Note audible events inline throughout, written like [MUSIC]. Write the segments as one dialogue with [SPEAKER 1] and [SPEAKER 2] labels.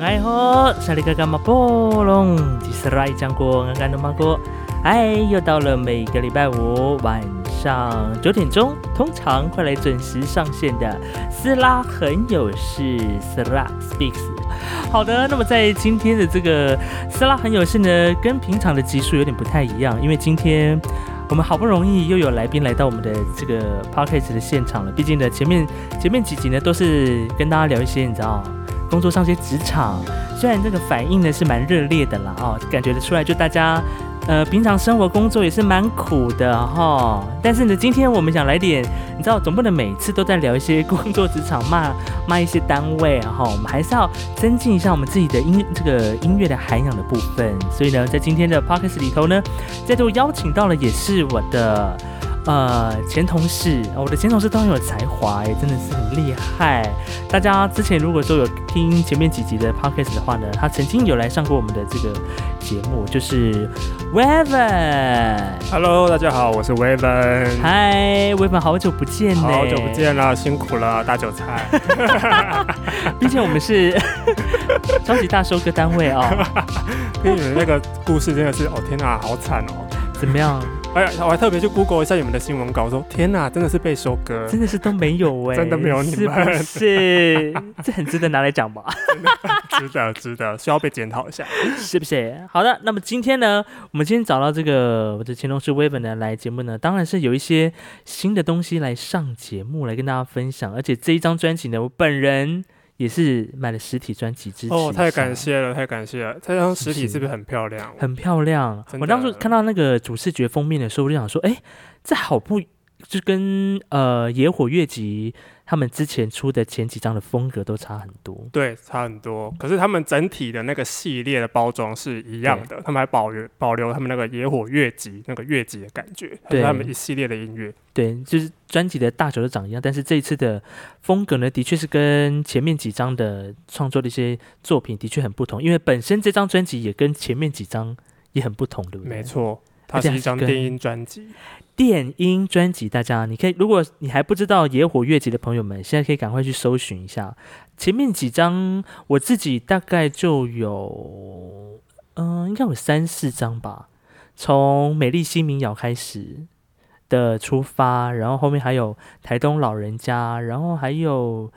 [SPEAKER 1] 哎吼，萨利嘎嘎马波隆，迪斯拉伊讲过，刚刚的芒果。哎，又到了每个礼拜五晚上九点钟，通常快来准时上线的斯拉很有事，斯拉 speaks。好的，那么在今天的这个斯拉很有事呢，跟平常的集数有点不太一样，因为今天。我们好不容易又有来宾来到我们的这个 p o c a s t 的现场了，毕竟呢，前面前面几集呢都是跟大家聊一些你知道工作上一些职场，虽然这个反应呢是蛮热烈的啦哦，感觉得出来就大家呃平常生活工作也是蛮苦的哈、但是呢，今天我们想来点，你知道总不能每次都在聊一些工作职场骂 [LAUGHS] 骂一些单位哈、我们还是要增进一下我们自己的音这个音乐的涵养的部分。所以呢，在今天的 p o c a s t 里头呢，再度邀请到了也是我的。呃，前同事，哦我的前同事都很有才华，哎，真的是很厉害。大家之前如果说有听前面几集的 podcast 的话呢，他曾经有来上过我们的这个节目，就是 Weven。
[SPEAKER 2] Hello，大家好，我是 Waven，
[SPEAKER 1] 嗨，Weven，好久不见呢，
[SPEAKER 2] 好久不。见啦，辛苦了，大
[SPEAKER 1] [LAUGHS]
[SPEAKER 2] 韭菜。
[SPEAKER 1] 毕竟我们是 [LAUGHS] 超级大收割单位哦，
[SPEAKER 2] [LAUGHS] 因为你们那个故事真的是，哦天哪，好惨哦！
[SPEAKER 1] 怎么样？
[SPEAKER 2] 哎，我还特别去 Google 一下你们的新闻稿，说天哪，真的是被收
[SPEAKER 1] [LAUGHS]
[SPEAKER 2] 割，
[SPEAKER 1] 真的是都没有哎、
[SPEAKER 2] 真的没有你
[SPEAKER 1] 是不
[SPEAKER 2] 们
[SPEAKER 1] 是？这很值得拿来讲吧？
[SPEAKER 2] 值得，值得，需要被检讨
[SPEAKER 1] [LAUGHS]
[SPEAKER 2] 一下。
[SPEAKER 1] 是不是？好的，那么今天呢，我们今天找到这个我的前同事 Waven 呢来节目呢，当然是有一些新的东西来上节目来跟大家分享，而且这一张专辑呢，我本人也是买了实体专辑支持，
[SPEAKER 2] 哦，太感，谢了，太感谢了，这张实体是不是很漂亮？
[SPEAKER 1] 很漂亮。
[SPEAKER 2] 真的
[SPEAKER 1] 我当初看到那个主视觉封面的时候，我就想说，哎，这好不就跟呃野火乐集他们之前出的前几张的风格都差很多。
[SPEAKER 2] 对，差很多。可是他们整体的那个系列的包装是一样的，他们还保留保留他们那个野火乐集那个乐集的感觉，还
[SPEAKER 1] 对
[SPEAKER 2] 有他们一系列的音乐。
[SPEAKER 1] 对，就是专辑的大小都长一样，但是这一次的风格呢，的确是跟前面几张的创作的一些作品的确很不同，因为本身这张专辑也跟前面几张也很不同，对不对？
[SPEAKER 2] 没。错，它
[SPEAKER 1] 而且
[SPEAKER 2] 是一张
[SPEAKER 1] 还是跟
[SPEAKER 2] 电音专辑。
[SPEAKER 1] 电音专辑，大家你可以，如果你还不知道野火乐集的朋友们，现在可以赶快去搜寻一下。前面几张我自己大概就有，嗯、应该有三四张吧。从美丽新民谣开始的出发，然后后面还有台东老人家，然后还有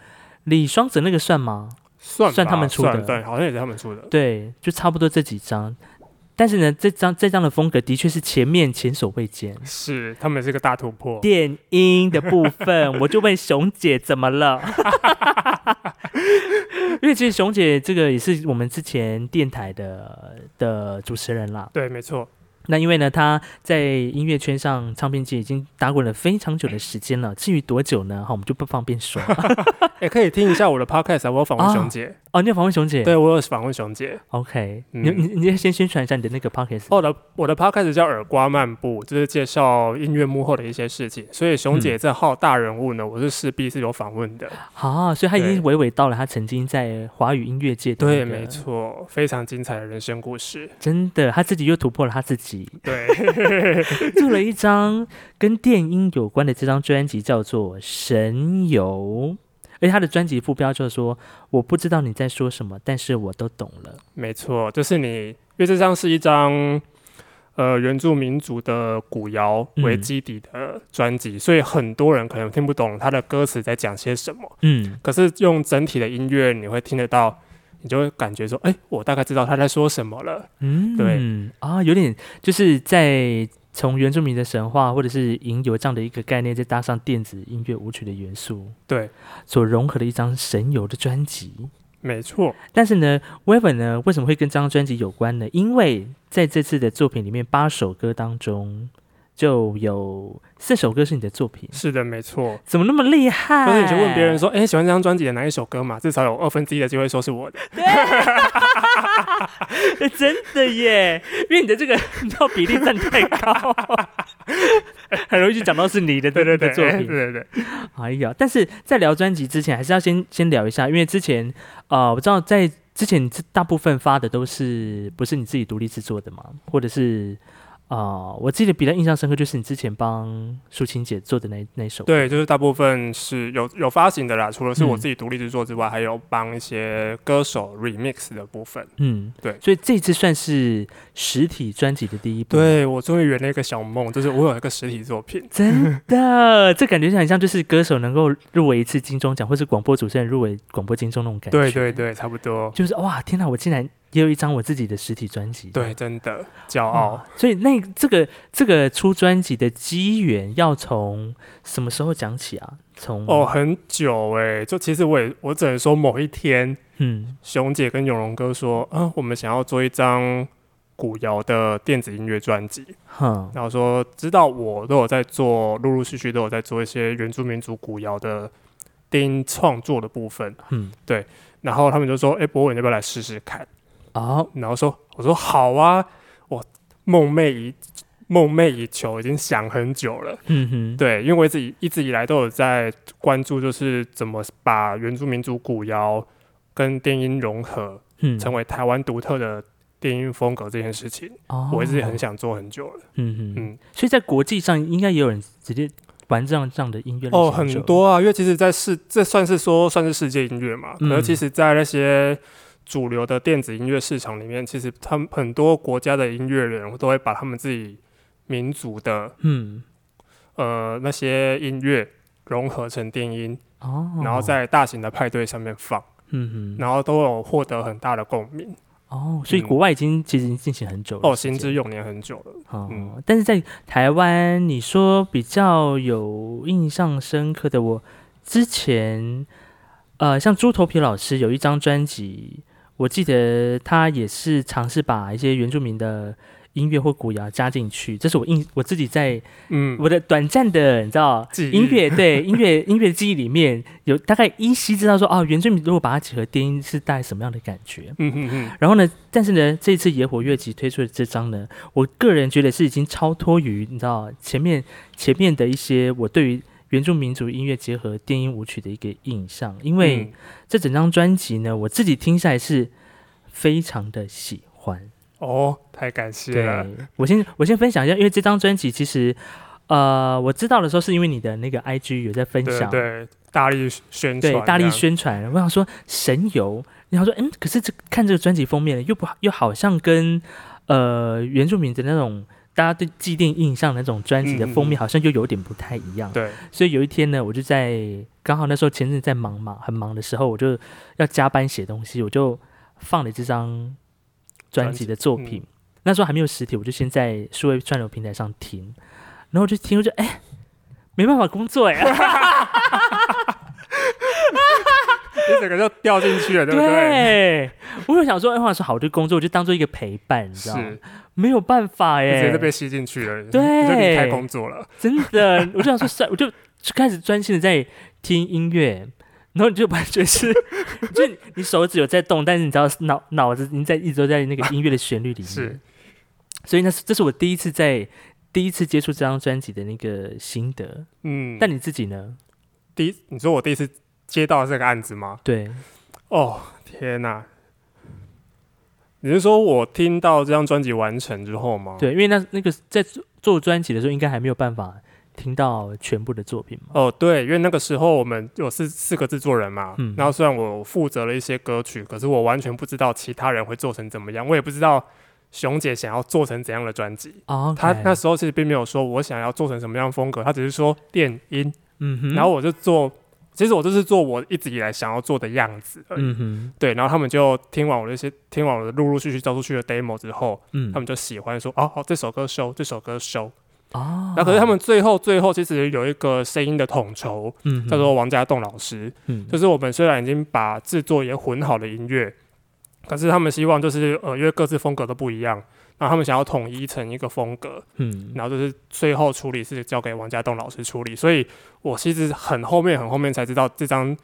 [SPEAKER 1] 李双泽那个算吗？
[SPEAKER 2] 算
[SPEAKER 1] 算
[SPEAKER 2] 吧
[SPEAKER 1] 他们出的
[SPEAKER 2] 算对，好像也是他们出的。
[SPEAKER 1] 对，就差不多这几张。但是呢，这张这张的风格的确是前面前所未见。
[SPEAKER 2] 是，他们是个大突破。
[SPEAKER 1] 电音的部分，我就问熊姐怎么
[SPEAKER 2] [LAUGHS]
[SPEAKER 1] 了？因为其实熊姐这个也是我们之前电台的的主持人啦。
[SPEAKER 2] 对，没错，
[SPEAKER 1] 那因为呢，她在音乐圈上、唱片界已经打滚了非常久的时间了。至于多久呢？哈，我们就不方便
[SPEAKER 2] [LAUGHS]
[SPEAKER 1] 说。
[SPEAKER 2] 也可以听一下我的 podcast，啊我有访问熊姐，
[SPEAKER 1] 哦，你有访问熊姐？
[SPEAKER 2] 对我有访问熊姐。
[SPEAKER 1] ，OK，、
[SPEAKER 2] 嗯哦
[SPEAKER 1] 你你你先宣传一下你的那个 podcast
[SPEAKER 2] 我的我的 podcast 叫《耳瓜漫步》，就是介绍音乐幕后的一些事情。所以
[SPEAKER 1] 嗯
[SPEAKER 2] 熊姐这号大人物呢，我是势必是有访问的。
[SPEAKER 1] 啊，所以她已经
[SPEAKER 2] 对
[SPEAKER 1] 娓娓道来她曾经在华语音乐界的那个
[SPEAKER 2] 对，没，错，非常精彩的人生故事。
[SPEAKER 1] 真的，她自己又突破了她自己。
[SPEAKER 2] 对，
[SPEAKER 1] [LAUGHS] 做了一张跟电音有关的这张专辑，叫做《神游》，而且他的专辑副标就是说：“我不知道你在说什么，但是我都懂了。
[SPEAKER 2] 没错，就是你，因为这张是一张呃原住民族的古谣为
[SPEAKER 1] 嗯
[SPEAKER 2] 基底的专辑，所以很多人可能听不懂它的歌词在讲些什么。”
[SPEAKER 1] 嗯，
[SPEAKER 2] 可是用整体的音乐，你会听得到，你就会感觉说，哎、我大概知道他在说什么了。
[SPEAKER 1] 嗯，
[SPEAKER 2] 对
[SPEAKER 1] 啊，有点就是在从原住民的神话或者是吟游这样的一个概念，再搭上电子音乐舞曲的元素，
[SPEAKER 2] 对，
[SPEAKER 1] 所融合的一张神游的专辑。
[SPEAKER 2] 没错，
[SPEAKER 1] 但是呢 w e v e n 呢为什么会跟这张专辑有关呢？因为在这次的作品里面，八首歌当中就有四首歌是你的作品，
[SPEAKER 2] 是的，没错。
[SPEAKER 1] 怎么那么厉害？
[SPEAKER 2] 就是你去问别人说，哎、喜欢这张专辑的哪一首歌嘛？至少有二分之一的机会说是我的。
[SPEAKER 1] 诶 [LAUGHS] 真的耶，因为你的这个你知道比例占太高， [LAUGHS] 很容易就讲到是你的
[SPEAKER 2] 对对 [LAUGHS] 对，
[SPEAKER 1] 的作
[SPEAKER 2] 哎
[SPEAKER 1] 品。
[SPEAKER 2] 对对对，
[SPEAKER 1] 哎呀，但是在聊专辑之前，还是要先先聊一下，因为之前呃，我知道在之前你大部分发的都是不是你自己独立制作的嘛，或者是哦，我记得比较印象深刻就是你之前帮舒琴姐做的那那首，
[SPEAKER 2] 对，就是大部分是有有发行的啦，除了是我
[SPEAKER 1] 嗯
[SPEAKER 2] 自己独立制作之外，还有帮一些歌手 remix 的部分。
[SPEAKER 1] 嗯，
[SPEAKER 2] 对
[SPEAKER 1] 所以这次算是实体专辑的第一步，，
[SPEAKER 2] 对我终于圆了一个小梦，就是我有一个实体作品。
[SPEAKER 1] 真的， [LAUGHS] 这感觉很像就是歌手能够入围一次金钟奖，或是广播主持人入围广播金钟那种感觉，
[SPEAKER 2] 对对，对，差不多。
[SPEAKER 1] 就是哇，天哪，我竟然也有一张我自己的实体专辑，
[SPEAKER 2] 对，真的骄傲。
[SPEAKER 1] 哦，所以那这个这个出专辑的机缘要从什么时候讲起啊？从
[SPEAKER 2] 哦，，很久哎、就其实我也我只能说某一天，
[SPEAKER 1] 嗯
[SPEAKER 2] 熊姐跟永荣哥说，啊、我们想要做一张古谣的电子音乐专辑，
[SPEAKER 1] 哼，
[SPEAKER 2] 然后说知道我都有在做，陆陆续续都有在做一些原住民族古谣的电音创作的部分，
[SPEAKER 1] 嗯，
[SPEAKER 2] 然后他们就说，哎、博伟你要不要来试试看？
[SPEAKER 1] 哦，
[SPEAKER 2] 然后说，我说好啊，我梦寐以梦寐以求，已经想很久了。
[SPEAKER 1] 嗯哼，
[SPEAKER 2] 对，因为我一直以一直以来都有在关注，就是怎么把原住民族古谣跟电音融合，
[SPEAKER 1] 嗯，
[SPEAKER 2] 成为台湾独特的电音风格这件事情，
[SPEAKER 1] 哦
[SPEAKER 2] 我一直很，想做很久了。
[SPEAKER 1] 嗯哼，
[SPEAKER 2] 嗯，
[SPEAKER 1] 所以在国际上应该也有人直接玩这样这样的音乐类
[SPEAKER 2] 哦，
[SPEAKER 1] 型
[SPEAKER 2] 很
[SPEAKER 1] 者，
[SPEAKER 2] 多啊，因为其实，在世这算是说算是世界音乐嘛，
[SPEAKER 1] 嗯
[SPEAKER 2] 可是其实，在那些主流的电子音乐市场里面，其实他们很多国家的音乐人都会把他们自己民族的
[SPEAKER 1] 嗯，
[SPEAKER 2] 呃那些音乐融合成电音，
[SPEAKER 1] 哦，
[SPEAKER 2] 然后，在大型的派对上面放。
[SPEAKER 1] 嗯哼，
[SPEAKER 2] 然后都有获得很大的共鸣。
[SPEAKER 1] 哦，所以
[SPEAKER 2] 嗯
[SPEAKER 1] 国外已经其实已经进行很久了
[SPEAKER 2] 哦，
[SPEAKER 1] 时间，
[SPEAKER 2] 行之有年很久了。
[SPEAKER 1] 哦
[SPEAKER 2] 嗯，
[SPEAKER 1] 但是在台湾，你说比较有印象深刻的，我之前，呃，像猪头皮老师有一张专辑，我记得他也是尝试把一些原住民的音乐或古谣加进去，这是我印我自己在
[SPEAKER 2] 嗯，
[SPEAKER 1] 我的短暂的你知道
[SPEAKER 2] 记忆
[SPEAKER 1] 音乐对音乐音乐记忆里面有大概依稀知道说哦，原住民如果把它结合电音是大概什么样的感觉，
[SPEAKER 2] 嗯嗯嗯，
[SPEAKER 1] 然后呢，但是呢，这次野火乐集推出的这张呢，我个人觉得是已经超脱于你知道前面前面的一些我对于原住民族音乐结合电音舞曲的一个印象，因为
[SPEAKER 2] 嗯
[SPEAKER 1] 这整张专辑呢，我自己听下来是非常的喜欢。
[SPEAKER 2] 哦，太感谢了。
[SPEAKER 1] 对，我先我先分享一下，因为这张专辑其实。呃，我知道的时候是因为你的那个 IG 有在分
[SPEAKER 2] 对
[SPEAKER 1] 享，
[SPEAKER 2] 对，大力宣传这
[SPEAKER 1] 对
[SPEAKER 2] 样，
[SPEAKER 1] 大力宣传。我想说神游，然后说嗯，可是这看这个专辑封面又不好又好像跟呃原住民的那种大家对既定印象的那种专辑的封面好像又有点不太一样。
[SPEAKER 2] 嗯对，
[SPEAKER 1] 所以有一天呢，我就在刚好那时候前阵子在忙嘛，很忙的时候，我就要加班写东西，我就放了这张专辑的作
[SPEAKER 2] 专辑嗯
[SPEAKER 1] 品。那时候还没有实体，我就先在数位串流平台上听，然后我就听，我就哎、没办法工作哎、
[SPEAKER 2] [LAUGHS] 你整个就掉进去了，对不对？
[SPEAKER 1] 对， [LAUGHS] 我有想说，哎，我想说好，我就工作，我就当做一个陪伴，你知道吗？
[SPEAKER 2] 是，
[SPEAKER 1] 没有办法
[SPEAKER 2] 你直
[SPEAKER 1] 耶
[SPEAKER 2] 接就，被吸进去了，你
[SPEAKER 1] 对
[SPEAKER 2] 你就离开工作了。
[SPEAKER 1] [LAUGHS] 真的，我就想说，算，我就开始专心的在听音乐，然后你就完全是， [LAUGHS] 就你手指有在动，但是你知道脑脑子你在一直都在那个音乐的旋律里面，
[SPEAKER 2] 是，
[SPEAKER 1] 所以那是这是我第一次在第一次接触这张专辑的那个心得。
[SPEAKER 2] 嗯。
[SPEAKER 1] 但你自己呢？
[SPEAKER 2] 第一，你说我第一次接到这个案子吗？
[SPEAKER 1] 对，
[SPEAKER 2] 哦，天哪、你是说我听到这张专辑完成之后吗？
[SPEAKER 1] 对，因为那那个在做做专辑的时候，应该还没有办法听到全部的作品嘛。
[SPEAKER 2] 哦，对，因为那个时候我们有四四个制作人嘛，
[SPEAKER 1] 嗯
[SPEAKER 2] 然后虽然我负责了一些歌曲，可是我完全不知道其他人会做成怎么样，我也不知道熊姐想要做成怎样的专辑。
[SPEAKER 1] 哦，
[SPEAKER 2] 她那时候其实并没有说我想要做成什么样的风格，她只是说电音，
[SPEAKER 1] 嗯哼，
[SPEAKER 2] 然后我就做，其实我就是做我一直以来想要做的样子而已。
[SPEAKER 1] 嗯哼，
[SPEAKER 2] 对，然后他们就听完我那些听完我的陆陆续续交出去的 demo 之后，
[SPEAKER 1] 嗯，
[SPEAKER 2] 他们就喜欢说，哦，好、这首歌收，这首歌收。
[SPEAKER 1] 哦，
[SPEAKER 2] 那、可是他们最后最后其实有一个声音的统筹，
[SPEAKER 1] 嗯哼
[SPEAKER 2] 叫做王家栋老师，
[SPEAKER 1] 嗯
[SPEAKER 2] 就是我们虽然已经把制作也混好的音乐，可是他们希望就是呃，因为各自风格都不一样，然后他们想要统一成一个风格，
[SPEAKER 1] 嗯
[SPEAKER 2] 然后就是最后处理是交给王家栋老师处理，所以我其实很后面很后面才知道这张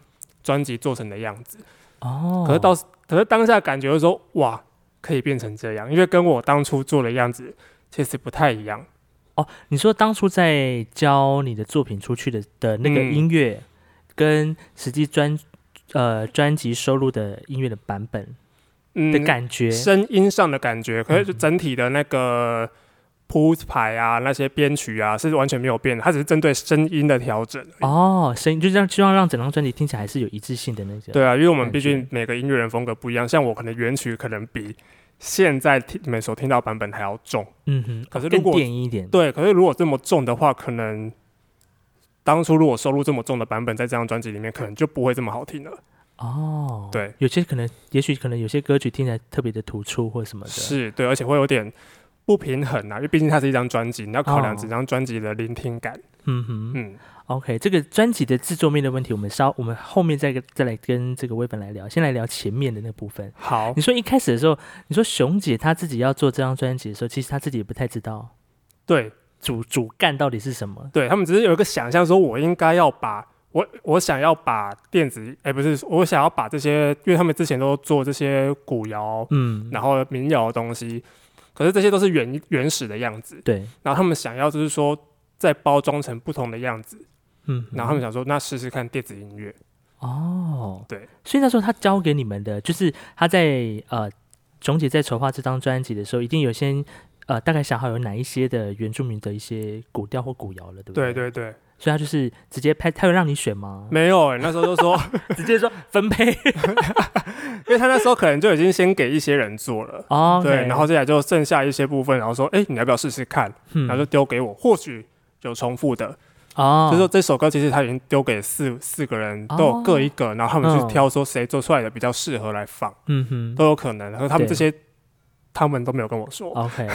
[SPEAKER 2] 专辑做成的样子，
[SPEAKER 1] 哦，
[SPEAKER 2] 可是到可是当下感觉就是说哇，可以变成这样，因为跟我当初做的样子其实不太一样。
[SPEAKER 1] 你说当初在教你的作品出去的的那个
[SPEAKER 2] 嗯
[SPEAKER 1] 音乐，跟实际专呃专辑收录的音乐的版本
[SPEAKER 2] 嗯
[SPEAKER 1] 的感觉，嗯
[SPEAKER 2] 声音上的感觉，可是就整体的那个铺排啊、那些编曲啊是完全没有变的，它只是针对声音的调整。
[SPEAKER 1] 哦，声音就这样，希望让整张专辑听起来还是有一致性的那种。
[SPEAKER 2] 对啊，因为我们
[SPEAKER 1] 感
[SPEAKER 2] 毕
[SPEAKER 1] 觉
[SPEAKER 2] 竟每个音乐人风格不一样，像我可能原曲可能比现在听你们所听到版本还要重。
[SPEAKER 1] 嗯哼，
[SPEAKER 2] 可是如
[SPEAKER 1] 更
[SPEAKER 2] 果
[SPEAKER 1] 电音一点，
[SPEAKER 2] 对，可是如果这么重的话，可能当初如果收录这么重的版本在这张专辑里面，可能就不会这么好听了。
[SPEAKER 1] 哦，
[SPEAKER 2] 对，
[SPEAKER 1] 有些可能，也许可能有些歌曲听起来特别的突出或什么的。
[SPEAKER 2] 是对，而且会有点不平衡啊，因为毕竟它是一张专辑，你要考量
[SPEAKER 1] 哦
[SPEAKER 2] 整张专辑的聆听感。
[SPEAKER 1] 嗯哼
[SPEAKER 2] 嗯，
[SPEAKER 1] ，OK，这个专辑的制作面的问题，我们稍我们后面再跟再来跟这个微本来聊，先来聊前面的那部分。
[SPEAKER 2] 好
[SPEAKER 1] 你，说一开始的时候，你说熊姐她自己要做这张专辑的时候，其实她自己也不太知道
[SPEAKER 2] 对
[SPEAKER 1] 主主干到底是什么。
[SPEAKER 2] 对，他们只是有一个想象，说我应该要把。我我想要把电子，哎、不是，我想要把这些，因为他们之前都做这些古谣，
[SPEAKER 1] 嗯，
[SPEAKER 2] 然后民谣的东西，可是这些都是原原始的样子，
[SPEAKER 1] 对，
[SPEAKER 2] 然后他们想要就是说再包装成不同的样子，
[SPEAKER 1] 嗯，
[SPEAKER 2] 然后他们想说那试试看电子音乐，
[SPEAKER 1] 哦，
[SPEAKER 2] 对，
[SPEAKER 1] 所以那时候她教给你们的，就是她在呃，熊姐在筹划这张专辑的时候，一定有先。呃，大概想好有哪一些的原住民的一些古调或古谣了，对不
[SPEAKER 2] 对
[SPEAKER 1] 对？
[SPEAKER 2] 对对，
[SPEAKER 1] 所以他就是直接拍，他有让你选吗？ [LAUGHS]
[SPEAKER 2] 没有、欸，那时候就说， [LAUGHS]
[SPEAKER 1] 直接说分配
[SPEAKER 2] 因为他那时候可能就已经先给一些人做了。
[SPEAKER 1] 哦
[SPEAKER 2] 对，然后接下来就剩下一些部分，然后说，哎、你要不要试试看？
[SPEAKER 1] 嗯
[SPEAKER 2] 然后就丢给我，或许有重复的，
[SPEAKER 1] 哦，
[SPEAKER 2] 就是说这首歌其实他已经丢给四四个人，都有各一个，然后他们
[SPEAKER 1] 嗯
[SPEAKER 2] 去挑说谁做出来的比较适合来放，
[SPEAKER 1] 嗯哼
[SPEAKER 2] 都有可能。然后他们
[SPEAKER 1] 对哦
[SPEAKER 2] 这些，他们都没有跟我说。
[SPEAKER 1] ，OK，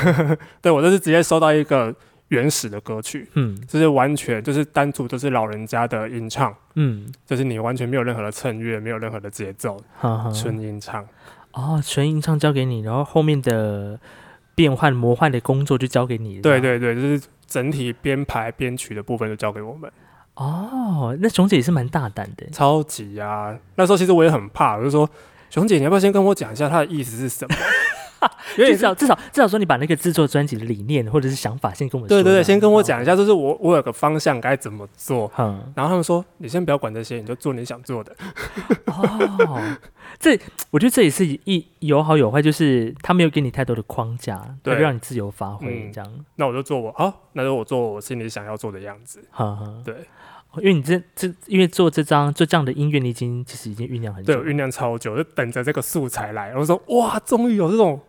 [SPEAKER 2] 对我这是直接收到一个原始的歌曲，
[SPEAKER 1] 嗯
[SPEAKER 2] 就是完全就是单独就是老人家的吟唱，
[SPEAKER 1] 嗯，
[SPEAKER 2] 就是你完全没有任何的衬乐，没有任何的节奏，
[SPEAKER 1] 哈哈，
[SPEAKER 2] 纯吟唱。
[SPEAKER 1] 哦，纯吟唱交给你，然后后面的变换魔幻的工作就交给你了，
[SPEAKER 2] 对。对对，就是整体编排编曲的部分就交给我们。
[SPEAKER 1] 哦，那熊姐也是蛮大胆的，
[SPEAKER 2] 超级啊！那时候其实我也很怕，我就说熊姐，你要不要先跟我讲一下它的意思是什么？
[SPEAKER 1] [LAUGHS]
[SPEAKER 2] 因为
[SPEAKER 1] 至少至少至少说你把那个制作专辑的理念或者是想法先跟我们说
[SPEAKER 2] 对
[SPEAKER 1] 嘛。
[SPEAKER 2] 对对，先跟我讲一
[SPEAKER 1] 下。
[SPEAKER 2] 下，就是我我有个方向该怎么做。
[SPEAKER 1] 嗯，
[SPEAKER 2] 然后他们说，你先不要管这些，你就做你想做的。
[SPEAKER 1] 哦，这我觉得这也是一有好有坏，就是他没有给你太多的框架，
[SPEAKER 2] 对
[SPEAKER 1] 就让你自由发挥
[SPEAKER 2] 嗯
[SPEAKER 1] 这样。
[SPEAKER 2] 那我就做我好，那就我做我心里想要做的样子。
[SPEAKER 1] 哈哈，
[SPEAKER 2] 对
[SPEAKER 1] 哦，因为你这这因为做这张做这样的音乐，你已经其实已经酝酿很久
[SPEAKER 2] 对，
[SPEAKER 1] 了，
[SPEAKER 2] 我酝酿超久，就等着这个素材来。我说哇，终于有这种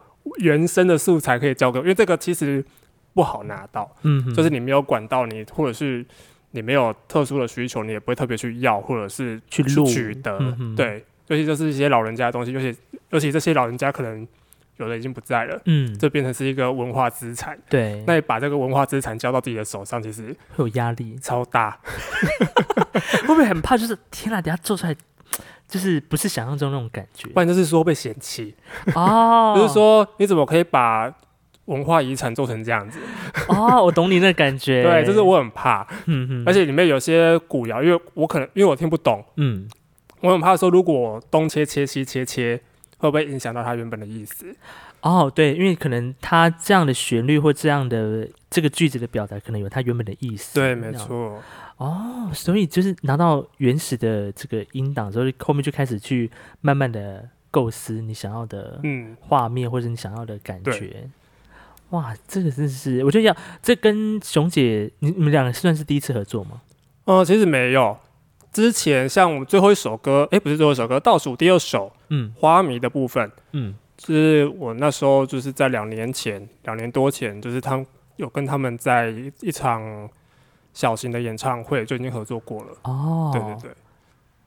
[SPEAKER 2] 原生的素材可以交给我，因为这个其实不好拿到，
[SPEAKER 1] 嗯哼，
[SPEAKER 2] 就是你没有管到你，或者是你没有特殊的需求，你也不会特别去要，或者是
[SPEAKER 1] 去录
[SPEAKER 2] 取得。
[SPEAKER 1] 嗯哼
[SPEAKER 2] 对，尤其就是一些老人家的东西，尤其尤其这些老人家可能有的已经不在了，
[SPEAKER 1] 嗯，
[SPEAKER 2] 这变成是一个文化资产。
[SPEAKER 1] 对，
[SPEAKER 2] 那你把这个文化资产交到自己的手上，其实，
[SPEAKER 1] 会有压力
[SPEAKER 2] 超大。
[SPEAKER 1] 会不会很怕？就是天哪，等下做出来就是不是想象中那种感觉
[SPEAKER 2] 不然就是说被嫌弃，
[SPEAKER 1] 哦，
[SPEAKER 2] [LAUGHS] 就是说你怎么可以把文化遗产做成这样子？
[SPEAKER 1] 哦，我懂你那感觉，
[SPEAKER 2] [LAUGHS] 对，就是，我很怕，
[SPEAKER 1] 嗯哼，
[SPEAKER 2] 而且里面有些古谣，因为我可能因为我听不懂，
[SPEAKER 1] 嗯，
[SPEAKER 2] 我很怕说如果东切切西切切，会不会影响到它原本的意思？
[SPEAKER 1] 哦，对，因为可能他这样的旋律或这样的这个句子的表达，可能有他原本的意思，
[SPEAKER 2] 对，没
[SPEAKER 1] 那样
[SPEAKER 2] 错，
[SPEAKER 1] 哦，所以就是拿到原始的这个音档之后，后面就开始去慢慢的构思你想要的
[SPEAKER 2] 嗯，
[SPEAKER 1] 画面或者你想要的感
[SPEAKER 2] 对
[SPEAKER 1] 觉。哇，这个真是，我觉得要这跟熊姐，你你们两个算是第一次合作吗？
[SPEAKER 2] 呃，其实没有。之前像我们最后一首歌，诶，不是最后一首歌，倒数第二首
[SPEAKER 1] 嗯
[SPEAKER 2] 《花迷》的部分，
[SPEAKER 1] 嗯，
[SPEAKER 2] 就是我那时候就是在两年前，两年多前，就是他们有跟他们在一一场小型的演唱会就已经合作过了。
[SPEAKER 1] 哦，
[SPEAKER 2] 对对对，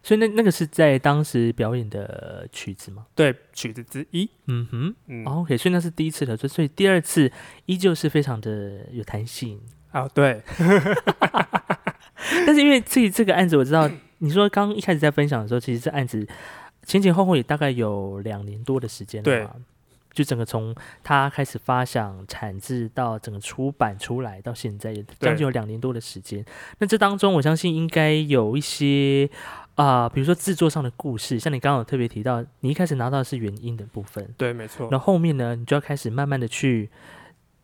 [SPEAKER 1] 所以那那个是在当时表演的曲子吗？
[SPEAKER 2] 对曲子之一。
[SPEAKER 1] 嗯哼、
[SPEAKER 2] 嗯，
[SPEAKER 1] o k 所以那是第一次合作，所以第二次依旧是非常的有弹性。
[SPEAKER 2] 啊，对，
[SPEAKER 1] 但是因为这这个案子，我知道你说刚一开始在分享的时候，其实这案子前前后后也大概有两年多的时间了
[SPEAKER 2] 对
[SPEAKER 1] 嘛，就整个从它开始发想、产制到整个出版出来到现在，也将近有两年多的时间。那这当中，我相信应该有一些啊、比如说制作上的故事，像你刚刚有特别提到，你一开始拿到的是原音的部分，
[SPEAKER 2] 对，没错。
[SPEAKER 1] 然后后面呢，你就要开始慢慢的去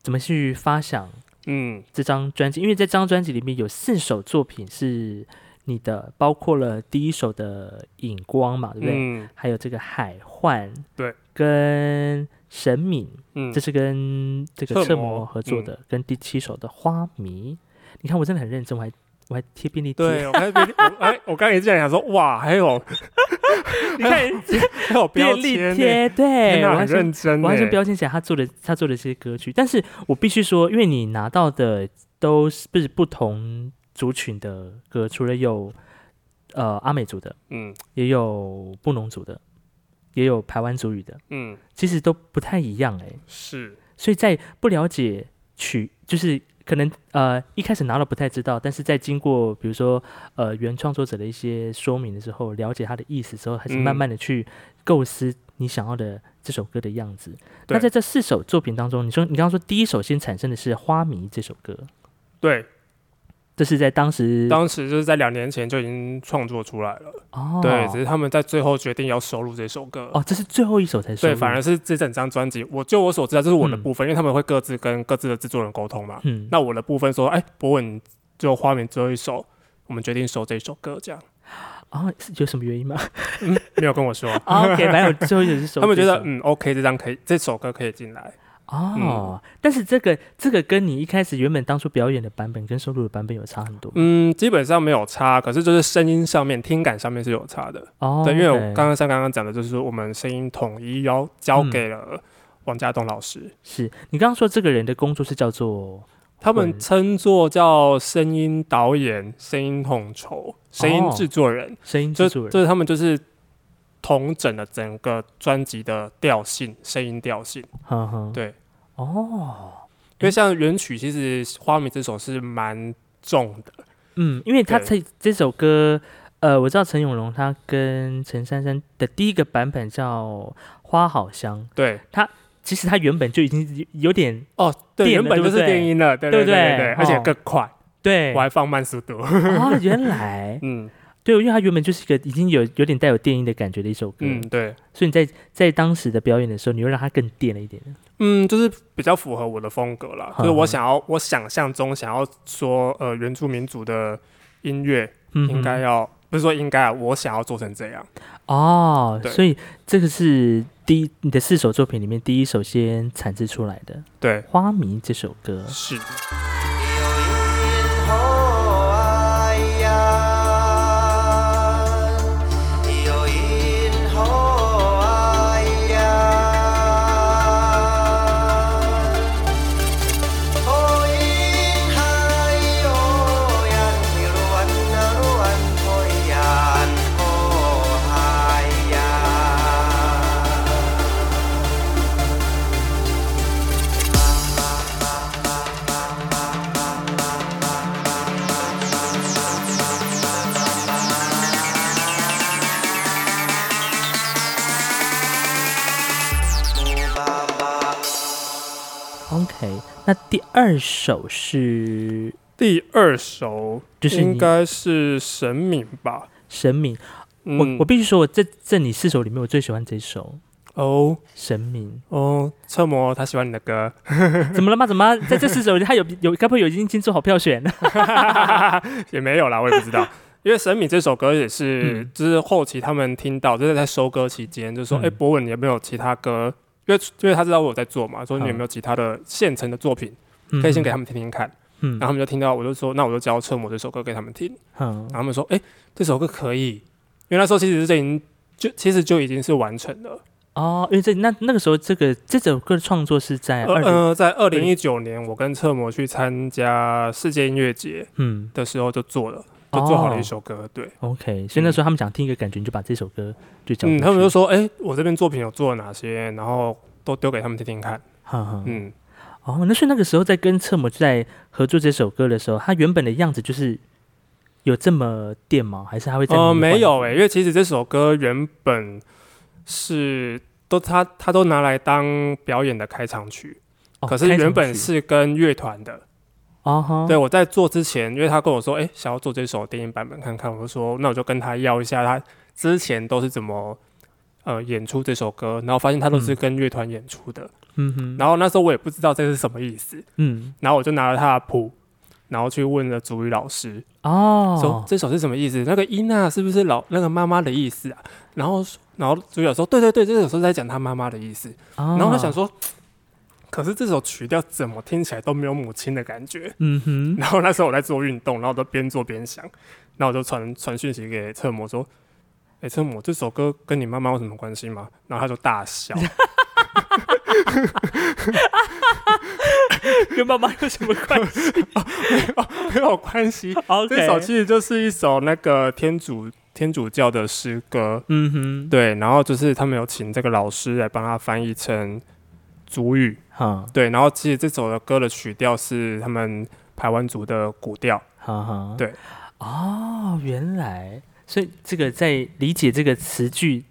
[SPEAKER 1] 怎么去发想。
[SPEAKER 2] 嗯，
[SPEAKER 1] 这张专辑，因为在这张专辑里面有四首作品是你的，包括了第一首的《影光》嘛，对不对？
[SPEAKER 2] 嗯，
[SPEAKER 1] 还有这个《海幻》，
[SPEAKER 2] 对，
[SPEAKER 1] 跟神敏，
[SPEAKER 2] 嗯
[SPEAKER 1] 这，是跟这个
[SPEAKER 2] 侧
[SPEAKER 1] 侧
[SPEAKER 2] 模
[SPEAKER 1] 模合作
[SPEAKER 2] 嗯
[SPEAKER 1] 的，跟第七首的《花迷》。你看，我真的很认真，我还我还贴便利贴。
[SPEAKER 2] 对，我刚
[SPEAKER 1] [LAUGHS]
[SPEAKER 2] 才别我哎，我刚才一进来想说，哇，还有
[SPEAKER 1] 你看
[SPEAKER 2] 还有标
[SPEAKER 1] 便
[SPEAKER 2] 签
[SPEAKER 1] 利
[SPEAKER 2] 呢，
[SPEAKER 1] 贴，对
[SPEAKER 2] 天
[SPEAKER 1] 我
[SPEAKER 2] 哪，
[SPEAKER 1] 还
[SPEAKER 2] 很
[SPEAKER 1] 是
[SPEAKER 2] 认真
[SPEAKER 1] 我还是
[SPEAKER 2] 呢
[SPEAKER 1] 标签起来他做的他做的这些歌曲，但是我必须说，因为你拿到的都是不是不同族群的歌，除了有呃阿美族的，
[SPEAKER 2] 嗯
[SPEAKER 1] 也有布农族的，也有排湾族语的，
[SPEAKER 2] 嗯，
[SPEAKER 1] 其实都不太一样哎、
[SPEAKER 2] 是，
[SPEAKER 1] 所以在不了解曲，就是可能呃一开始拿了不太知道，但是在经过比如说呃原创作者的一些说明的时候，了解他的意思之后，还是
[SPEAKER 2] 嗯
[SPEAKER 1] 慢慢的去构思你想要的这首歌的样子。那
[SPEAKER 2] 嗯对
[SPEAKER 1] 在这四首作品当中，你说你刚刚说第一首先产生的是《花迷》这首歌，
[SPEAKER 2] 对，
[SPEAKER 1] 这是在当时
[SPEAKER 2] 当时就是在两年前就已经创作出来了，
[SPEAKER 1] 哦
[SPEAKER 2] 对，只是他们在最后决定要收录这首歌。
[SPEAKER 1] 哦，这是最后一首才收
[SPEAKER 2] 对，
[SPEAKER 1] 录
[SPEAKER 2] 反而是这整张专辑，我就我所知啊道，这是我的
[SPEAKER 1] 嗯
[SPEAKER 2] 部分，因为他们会各自跟各自的制作人沟通嘛。
[SPEAKER 1] 嗯，
[SPEAKER 2] [LAUGHS] 那我的部分说，哎，博文就花名最后一首，我们决定收这首歌，这样。
[SPEAKER 1] 哦是有什么原因
[SPEAKER 2] [LAUGHS]
[SPEAKER 1] 吗
[SPEAKER 2] 嗯，没有跟我说，
[SPEAKER 1] [LAUGHS] 哦？OK，反正我最后一首是收
[SPEAKER 2] 他们觉
[SPEAKER 1] 这
[SPEAKER 2] 得
[SPEAKER 1] 首
[SPEAKER 2] 嗯，OK，这张可以，这首歌可以进来。嗯
[SPEAKER 1] 哦，但是这个这个跟你一开始原本当初表演的版本跟收录的版本有差很多、
[SPEAKER 2] 嗯，基本上没有差，可是就是声音上面、听感上面是有差的。
[SPEAKER 1] 哦。
[SPEAKER 2] 对，因为我
[SPEAKER 1] OK，
[SPEAKER 2] 刚刚像刚刚讲的，就是说我们声音统一要交给了王家栋老师，
[SPEAKER 1] 是你刚刚说这个人的工作是叫做
[SPEAKER 2] 他们
[SPEAKER 1] 混
[SPEAKER 2] 称作叫声音导演、声音统筹、声音制作人，
[SPEAKER 1] 声音
[SPEAKER 2] 就
[SPEAKER 1] 哦制作人，
[SPEAKER 2] 就是他们就是统整了整个专辑的调性、声音调性。
[SPEAKER 1] 哼哼，
[SPEAKER 2] 对，
[SPEAKER 1] 哦，
[SPEAKER 2] 因为像原曲，其实《花迷》这首是蛮重的，
[SPEAKER 1] 嗯，因为他这
[SPEAKER 2] 对
[SPEAKER 1] 这首歌，呃，我知道陈永龙他跟陈珊珊的第一个版本叫《花好香》，
[SPEAKER 2] 对。
[SPEAKER 1] 其实他原本就已经有有点
[SPEAKER 2] 哦，对，
[SPEAKER 1] 电
[SPEAKER 2] 原
[SPEAKER 1] 了
[SPEAKER 2] 本就是
[SPEAKER 1] 对不对
[SPEAKER 2] 电音了，对
[SPEAKER 1] 对不
[SPEAKER 2] 对
[SPEAKER 1] 对
[SPEAKER 2] 对对，而且
[SPEAKER 1] 哦
[SPEAKER 2] 更快，
[SPEAKER 1] 对
[SPEAKER 2] 我还放慢速度。
[SPEAKER 1] 哦，原来
[SPEAKER 2] 嗯
[SPEAKER 1] 对，因为他原本就是一个已经有有点带有电音的感觉的一首歌，
[SPEAKER 2] 嗯，对，
[SPEAKER 1] 所以你在在当时的表演的时候，你会让它更电了一点。
[SPEAKER 2] 嗯，就是比较符合我的风格啦，
[SPEAKER 1] 嗯
[SPEAKER 2] 就是我想要，我想象中想要说，呃，原住民族的音乐
[SPEAKER 1] 嗯哼
[SPEAKER 2] 应该要，不是说应该啊，我想要做成这样。
[SPEAKER 1] 哦，
[SPEAKER 2] 对
[SPEAKER 1] 所以这个是第一你的四首作品里面第一首先产制出来的
[SPEAKER 2] 对
[SPEAKER 1] 《花迷》这首歌。
[SPEAKER 2] 是，
[SPEAKER 1] OK，那第二首是
[SPEAKER 2] 第二首
[SPEAKER 1] 就是
[SPEAKER 2] 应
[SPEAKER 1] 你
[SPEAKER 2] 该是神明吧？
[SPEAKER 1] 神明，
[SPEAKER 2] 嗯
[SPEAKER 1] 我我必须说，我这这里四首里面我最喜欢这首
[SPEAKER 2] 哦
[SPEAKER 1] 神
[SPEAKER 2] [LAUGHS]
[SPEAKER 1] 明。
[SPEAKER 2] 哦，车模他喜欢你的歌，
[SPEAKER 1] 怎么了吗？怎么了在这四首里他有有该不会有已经经做好票选了？
[SPEAKER 2] [LAUGHS] 也没有啦，我也不
[SPEAKER 1] [LAUGHS]
[SPEAKER 2] 知道。因为《神明》这首歌也是，
[SPEAKER 1] 嗯
[SPEAKER 2] 就是后期他们听到，就是在收歌期间，就说：“
[SPEAKER 1] 嗯
[SPEAKER 2] 哎、博文，你有没有其他歌？”因为因为他知道我有在做
[SPEAKER 1] 嗯
[SPEAKER 2] 嘛，说你有没有其他的现成的作品，可以先给他们听啊听看。
[SPEAKER 1] 嗯。嗯，
[SPEAKER 2] 然后他们就听到，我就说：“那我就教《车模》这首歌给他们听。”
[SPEAKER 1] 嗯
[SPEAKER 2] 然后他们说：“哎、这首歌可以。”因为那时候其实这已经就其实就已经是完成了。
[SPEAKER 1] 哦，因为这那那个时候这个这首歌的创作是在哎
[SPEAKER 2] 呃
[SPEAKER 1] 二零、
[SPEAKER 2] 呃，在二零一九年，我跟车模去参加世界音乐节
[SPEAKER 1] 嗯
[SPEAKER 2] 的时候就做了，就做好了
[SPEAKER 1] 哦
[SPEAKER 2] 一首歌。对，
[SPEAKER 1] OK，所以那时候他们想听一个感觉，你就把这首歌就讲出
[SPEAKER 2] 嗯，
[SPEAKER 1] 去。
[SPEAKER 2] 他们就说，哎、我这边作品有做了哪些，然后都丢给他们听听看。
[SPEAKER 1] 哈哈，嗯，
[SPEAKER 2] 嗯，
[SPEAKER 1] 哦，那所以那个时候在跟侧模在合作这首歌的时候，他原本的样子就是有这么电吗？还是他会在？
[SPEAKER 2] 呃，没有哎、因为其实这首歌原本是都他他都拿来当表演的开场曲，
[SPEAKER 1] 哦
[SPEAKER 2] 可是
[SPEAKER 1] 开场
[SPEAKER 2] 原本
[SPEAKER 1] 曲
[SPEAKER 2] 是跟乐团的。
[SPEAKER 1] 哦哈，
[SPEAKER 2] 对，我在做之前，因为他跟我说，哎、想要做这首电影版本看看，我就说，那我就跟他要一下，他之前都是怎么。呃，演出这首歌，然后发现他都是
[SPEAKER 1] 嗯
[SPEAKER 2] 跟乐团演出的，
[SPEAKER 1] 嗯哼，
[SPEAKER 2] 然后那时候我也不知道这是什么意思，
[SPEAKER 1] 嗯
[SPEAKER 2] 然后我就拿了他的谱，然后去问了主语老师，说
[SPEAKER 1] 哦，
[SPEAKER 2] 这首是什么意思？那个伊娜是不是老那个妈妈的意思啊？然后然后主角说对对对，这首是在讲他妈妈的意思。
[SPEAKER 1] 然
[SPEAKER 2] 然后他想，说，可是这首曲调怎么听起来都没有母亲的感觉。 [LAUGHS]
[SPEAKER 1] 嗯哼，
[SPEAKER 2] 然后那时候我在做运动，然后我都边做边想，然后我就传传讯息给侧模说：“哎、侧模，这首歌跟你妈妈有什么关系吗？”然后他就大
[SPEAKER 1] [LAUGHS]
[SPEAKER 2] 笑，
[SPEAKER 1] 跟妈妈有什么关系
[SPEAKER 2] 没有关系。
[SPEAKER 1] [LAUGHS]
[SPEAKER 2] [LAUGHS]
[SPEAKER 1] ？OK，
[SPEAKER 2] 这首其实就是一首那个天主天主教的诗歌，
[SPEAKER 1] 嗯哼，
[SPEAKER 2] 对，然后就是他们有请这个老师来帮他翻译成族语，
[SPEAKER 1] 哈
[SPEAKER 2] 对，然后其实这首的歌的曲调是他们台湾族的古调，
[SPEAKER 1] 哈哈，
[SPEAKER 2] 对，
[SPEAKER 1] 哦，原来，所以这个在理解这个词句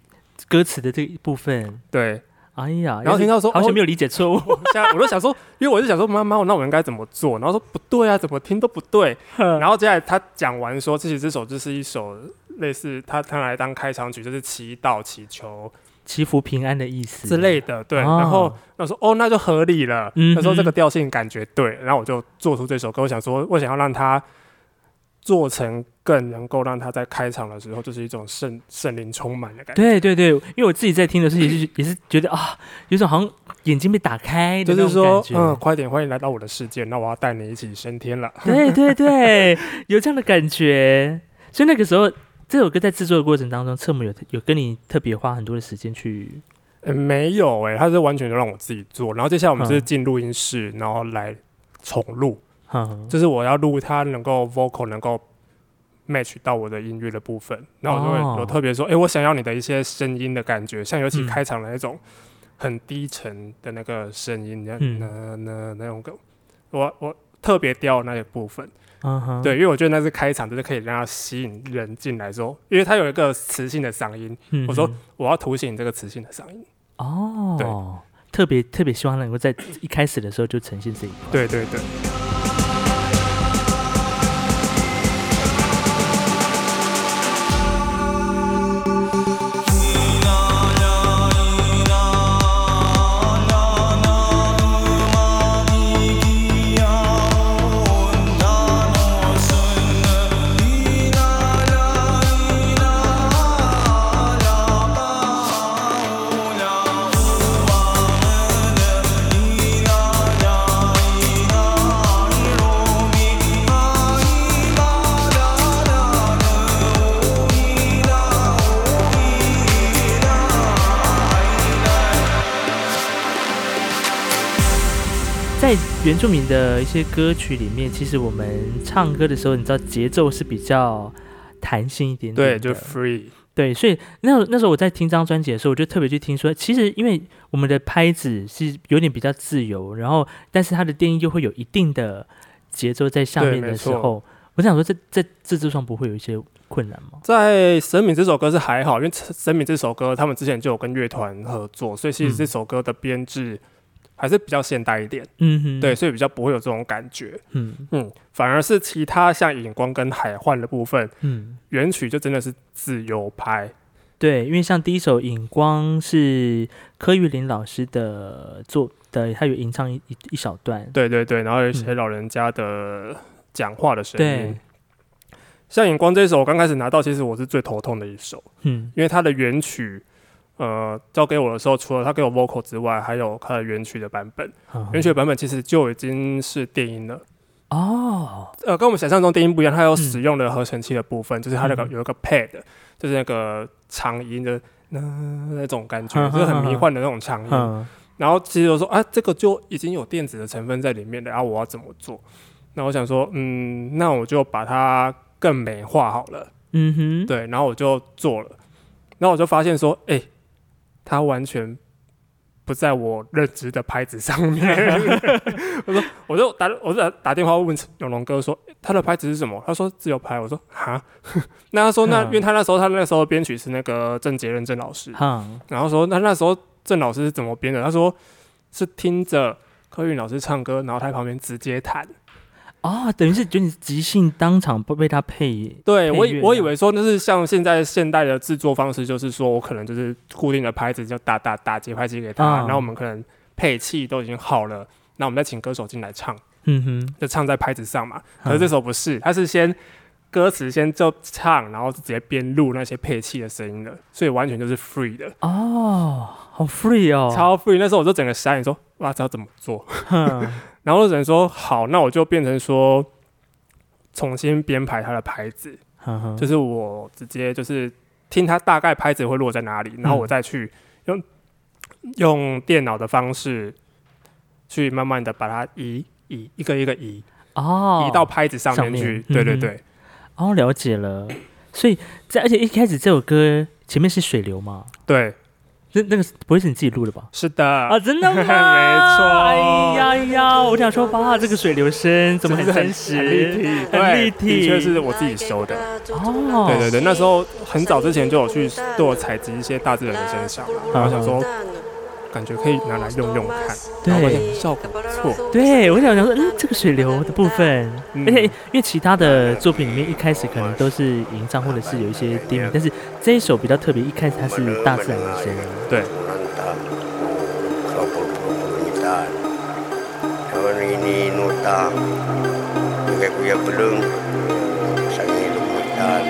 [SPEAKER 1] 歌词的这一部分，
[SPEAKER 2] 对。
[SPEAKER 1] 哎呀，
[SPEAKER 2] 然后听到说
[SPEAKER 1] 好
[SPEAKER 2] 哦
[SPEAKER 1] 像没有理解错误，
[SPEAKER 2] 我现在我都想说，因为我就想说妈妈，那我应该怎么做？然后说不对啊，怎么听都不对。 [LAUGHS] 然后接下来他讲完说，其实这首就是一首类似他他来当开场曲，就是祈祷、祈求
[SPEAKER 1] 祈福平安的意思
[SPEAKER 2] 之，类的。对，
[SPEAKER 1] 哦
[SPEAKER 2] 然后那说哦，那就合理了。
[SPEAKER 1] 嗯哼
[SPEAKER 2] 他说这个调性感觉对，然后我就做出这首歌，我想说我想要让它做成更能够让它在开场的时候就是一种圣圣灵充满的感觉。
[SPEAKER 1] 对对对，因为我自己在听的时候也
[SPEAKER 2] [LAUGHS]
[SPEAKER 1] 是也是觉得啊，有种好像眼睛被打开的
[SPEAKER 2] 就
[SPEAKER 1] 那
[SPEAKER 2] 是
[SPEAKER 1] 种感，
[SPEAKER 2] 说
[SPEAKER 1] 觉，
[SPEAKER 2] 嗯，快点，欢迎来到我的世界，那我要带你一起升天了。
[SPEAKER 1] [LAUGHS] 对对对，有这样的感觉。所以那个时候，这首歌在制作的过程当中，侧母有有跟你特别花很多的时间去，
[SPEAKER 2] 呃没有哎、他是完全就让我自己做。然后接下来我们是
[SPEAKER 1] 嗯
[SPEAKER 2] 进录音室，然后来重录，
[SPEAKER 1] 嗯，
[SPEAKER 2] 就是我要录他能够 vocal 能够 match 到我的音乐的部分。然后我就
[SPEAKER 1] 哦
[SPEAKER 2] 会有特别说，哎、我想要你的一些声音的感觉，像尤其
[SPEAKER 1] 嗯
[SPEAKER 2] 开场的那种很低沉的那个声音，那
[SPEAKER 1] 嗯
[SPEAKER 2] 那那那种歌，我我特别雕那些部分。
[SPEAKER 1] 嗯哼，
[SPEAKER 2] 对，因为我觉得那是开场，就是可以让它吸引人进来说，因为它有一个磁性的嗓音，
[SPEAKER 1] 嗯哼，
[SPEAKER 2] 我说我要凸显这个磁性的嗓音。
[SPEAKER 1] 哦，特别特别希望能够在一开始的时候就呈现这一块。
[SPEAKER 2] 对对对。
[SPEAKER 1] 在原住民的一些歌曲里面，其实我们唱歌的时候，你知道节奏是比较弹性一点点的，
[SPEAKER 2] 对，就 free，
[SPEAKER 1] 对，所以那那时候我在听这张专辑的时候，我就特别去听说，其实因为我们的拍子是有点比较自由，然后但是它的电音又会有一定的节奏在下
[SPEAKER 2] 对
[SPEAKER 1] 面
[SPEAKER 2] 没
[SPEAKER 1] 的时
[SPEAKER 2] 错
[SPEAKER 1] 候，我想说这在制作上不会有一些困难吗？
[SPEAKER 2] 在《神明》这首歌是还好，因为《神明》这首歌他们之前就有跟乐团合作，所以其实
[SPEAKER 1] 嗯
[SPEAKER 2] 这首歌的编制还是比较现代一点，
[SPEAKER 1] 嗯哼，
[SPEAKER 2] 对，，所以比较不会有这种感觉。
[SPEAKER 1] 嗯
[SPEAKER 2] 嗯，反而是其他像《影光》跟《海幻》的部分，
[SPEAKER 1] 嗯，
[SPEAKER 2] 原曲就真的是自由拍，
[SPEAKER 1] 对，因为像第一首《影光》是柯玉林老师的作的，他有吟唱一一一小段，
[SPEAKER 2] 对对对，然后有一些老人家的讲话的声音
[SPEAKER 1] 对。，
[SPEAKER 2] 像《影光》这一首，我刚开始拿到，其实我是最头痛的一首。
[SPEAKER 1] 嗯
[SPEAKER 2] 因为它的原曲，呃，交给我的时候，除了它给我 vocal 之外，还有它的原曲的版本。
[SPEAKER 1] 嗯，
[SPEAKER 2] 原曲的版本其实就已经是电音了，
[SPEAKER 1] 哦，
[SPEAKER 2] 呃，跟我们想象中电音不一样，它有使用了合成器的部分，就是它那个
[SPEAKER 1] 嗯
[SPEAKER 2] 有一个 pad，就是那个长音的。那那种感觉
[SPEAKER 1] 嗯
[SPEAKER 2] 就是很迷幻的那种长音，
[SPEAKER 1] 嗯
[SPEAKER 2] 然后其实我说啊，这个就已经有电子的成分在里面了，啊，我要怎么做？那我想说，嗯，那我就把它更美化好了。
[SPEAKER 1] 嗯哼，
[SPEAKER 2] 对，然后我就做了，然后我就发现说，哎、它完全不在我认知的拍子上面。 [LAUGHS] 我说，我就打，我就打打电话问永龙哥说，他的拍子是什么？他说自由拍。我说哈， [LAUGHS] 那他说那，
[SPEAKER 1] 嗯
[SPEAKER 2] 因为他那时候他那时候编曲是那个郑杰任郑老师，
[SPEAKER 1] 哈，
[SPEAKER 2] 然后说那那时候郑老师是怎么编的？他说是听着柯韵老师唱歌，然后他在旁边直接弹。
[SPEAKER 1] 哦，等于是就你即兴当场被被他配
[SPEAKER 2] 对我
[SPEAKER 1] 配
[SPEAKER 2] 以
[SPEAKER 1] 乐
[SPEAKER 2] 我以
[SPEAKER 1] 的
[SPEAKER 2] 为说，就是像现在现代的制作方式，就是说我可能就是固定的拍子就打打打节拍器给他，
[SPEAKER 1] 嗯
[SPEAKER 2] 然后我们可能配器都已经好了，那我们再请歌手进来唱。
[SPEAKER 1] 嗯哼，
[SPEAKER 2] 就唱在拍子上嘛。可
[SPEAKER 1] 啊
[SPEAKER 2] 是这首不是，它是先歌词先就唱，然后直接边录那些配器的声音的，所以完全就是 free 的，
[SPEAKER 1] 哦，好 free 哦，
[SPEAKER 2] 超 free。那时候我就整个傻眼说，哇，这要怎么做？
[SPEAKER 1] [LAUGHS] 哼
[SPEAKER 2] 然后我只能说好，那我就变成说重新编排它的拍子，
[SPEAKER 1] 哼嗯哼
[SPEAKER 2] 就是我直接就是听它大概拍子会落在哪里，然
[SPEAKER 1] 嗯
[SPEAKER 2] 后我再去用、用电脑的方式去慢慢的把它移移一个一个移、
[SPEAKER 1] 哦，
[SPEAKER 2] 移到拍子上
[SPEAKER 1] 上
[SPEAKER 2] 面
[SPEAKER 1] 面
[SPEAKER 2] 去，
[SPEAKER 1] 嗯
[SPEAKER 2] 对对
[SPEAKER 1] 哼
[SPEAKER 2] 对。
[SPEAKER 1] 哦，了解了。所以在而且一开始这首歌前面是水流嘛，
[SPEAKER 2] 对，
[SPEAKER 1] 那那个是不会是你自己录的吧？
[SPEAKER 2] 是的，
[SPEAKER 1] 啊，真 [LAUGHS] 的吗？
[SPEAKER 2] [LAUGHS] 没错
[SPEAKER 1] 哎呀哎呀，我想说，哇，这个水流声怎么
[SPEAKER 2] 是
[SPEAKER 1] 很
[SPEAKER 2] 不是
[SPEAKER 1] 真
[SPEAKER 2] 很
[SPEAKER 1] 实？
[SPEAKER 2] 立体，
[SPEAKER 1] 很
[SPEAKER 2] 对
[SPEAKER 1] 立体
[SPEAKER 2] 的确是我自己修的。
[SPEAKER 1] 哦
[SPEAKER 2] 对对对，那时候很早之前就有去做采集一些大自然的声响嘛，然后想说感觉可以拿来用用看，
[SPEAKER 1] 哦对
[SPEAKER 2] 然后发现效果不错，
[SPEAKER 1] 对，我想想说，嗯，这个水流的部分，
[SPEAKER 2] 嗯
[SPEAKER 1] 而且因为其他的作品里面一开始可能都是吟唱或者是有一些低音，但是这一首比较特别，一开始它是大自然的啊声音。
[SPEAKER 2] 对，
[SPEAKER 3] kelompok-kelompok Kawan ini nutang Juga kuya belum Sangat hidup hutan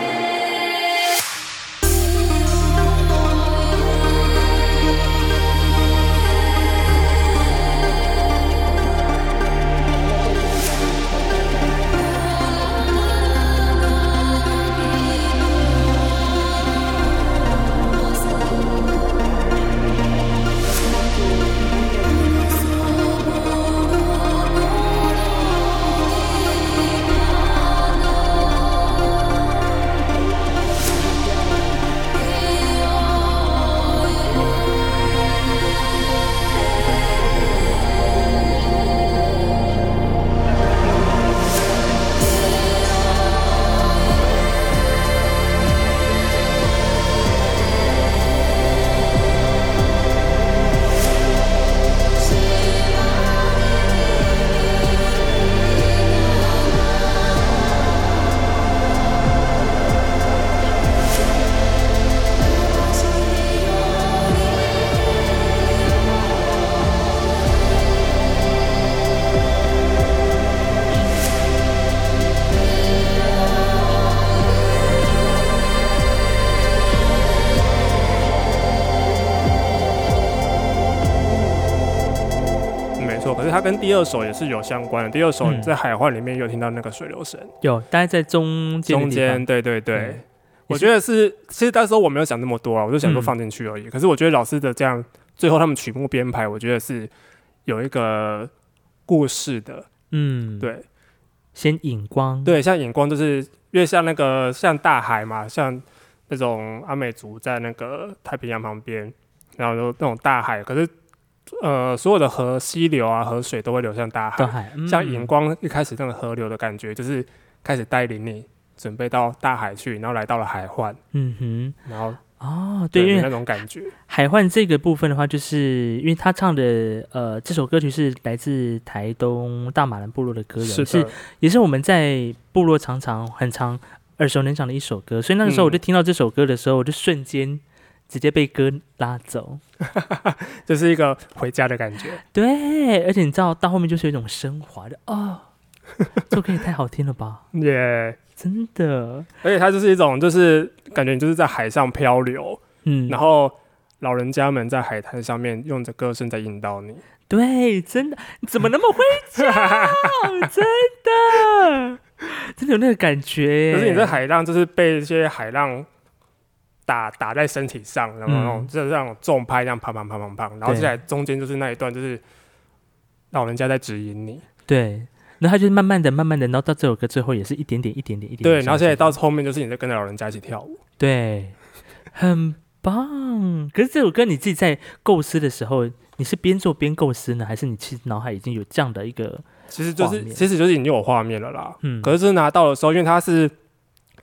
[SPEAKER 2] 没错。可是它跟第二首也是有相关的，第二首
[SPEAKER 1] 嗯
[SPEAKER 2] 在海幻里面有听到那个水流声，
[SPEAKER 1] 有，大概在中间的
[SPEAKER 2] 中
[SPEAKER 1] 地
[SPEAKER 2] 间，
[SPEAKER 1] 方
[SPEAKER 2] 对对
[SPEAKER 1] 嗯
[SPEAKER 2] 对。我觉得是，其实那时候我没有想那么多啊，我就想说
[SPEAKER 1] 嗯
[SPEAKER 2] 放进去而已。可是我觉得老师的这样，最后他们曲目编排，我觉得是有一个故事的，
[SPEAKER 1] 嗯，，
[SPEAKER 2] 对
[SPEAKER 1] 先引光，，
[SPEAKER 2] 对，像眼光就是因为像那个像大海嘛，像那种阿美族在那个太平洋旁边，然后就那种大海，可是呃所有的河溪流啊河水都会流向大海，
[SPEAKER 1] 到海，嗯
[SPEAKER 2] 像眼光一开始那个河流的感觉，就是开始带领你准备到大海去，然后来到了海患，
[SPEAKER 1] 嗯
[SPEAKER 2] 然后
[SPEAKER 1] 哼，哦，对，因为
[SPEAKER 2] 那种感觉，
[SPEAKER 1] 海幻这个部分的话，就是因为他唱的呃这首歌曲是来自台东大马兰部落的歌谣，
[SPEAKER 2] 是
[SPEAKER 1] 是
[SPEAKER 2] 的，
[SPEAKER 1] 也是我们在部落常常很常耳熟能详的一首歌，所以那个
[SPEAKER 2] 嗯
[SPEAKER 1] 时候我就听到这首歌的时候，我就瞬间直接被歌拉走。
[SPEAKER 2] 就是一个回家的感觉。
[SPEAKER 1] 对，而且你知道到后面就是有一种升华的哦，这首歌也太好听了吧，
[SPEAKER 2] 耶、
[SPEAKER 1] 真的，
[SPEAKER 2] 而且它就是一种，就是感觉你就是在海上漂流，
[SPEAKER 1] 嗯，
[SPEAKER 2] 然后老人家们在海滩上面用着歌声在引导你。
[SPEAKER 1] 对，真的，你怎么那么会叫？真的，真的有那个感觉耶。
[SPEAKER 2] 可是你在海浪，就是被一些海浪打打在身体上，然
[SPEAKER 1] 嗯
[SPEAKER 2] 后那种就是那种重拍，这样砰砰砰砰砰，然后
[SPEAKER 1] 对
[SPEAKER 2] 接下来中间就是那一段，就是老人家在指引你。
[SPEAKER 1] 对，然后他就是慢慢的、慢慢的，然后到这首歌最后也是一点点、一点点、一点点上
[SPEAKER 2] 对，
[SPEAKER 1] 去。
[SPEAKER 2] 然后现在到后面就是你在跟着老人家一起跳舞。
[SPEAKER 1] 对，很棒。可是这首歌你自己在构思的时候，你是边做边构思呢，还是你其实脑海已经有这样的一个
[SPEAKER 2] 其实就
[SPEAKER 1] 画
[SPEAKER 2] 是，
[SPEAKER 1] 面
[SPEAKER 2] 其实就是已经有画面了啦。
[SPEAKER 1] 嗯
[SPEAKER 2] 可是拿到的时候，因为他是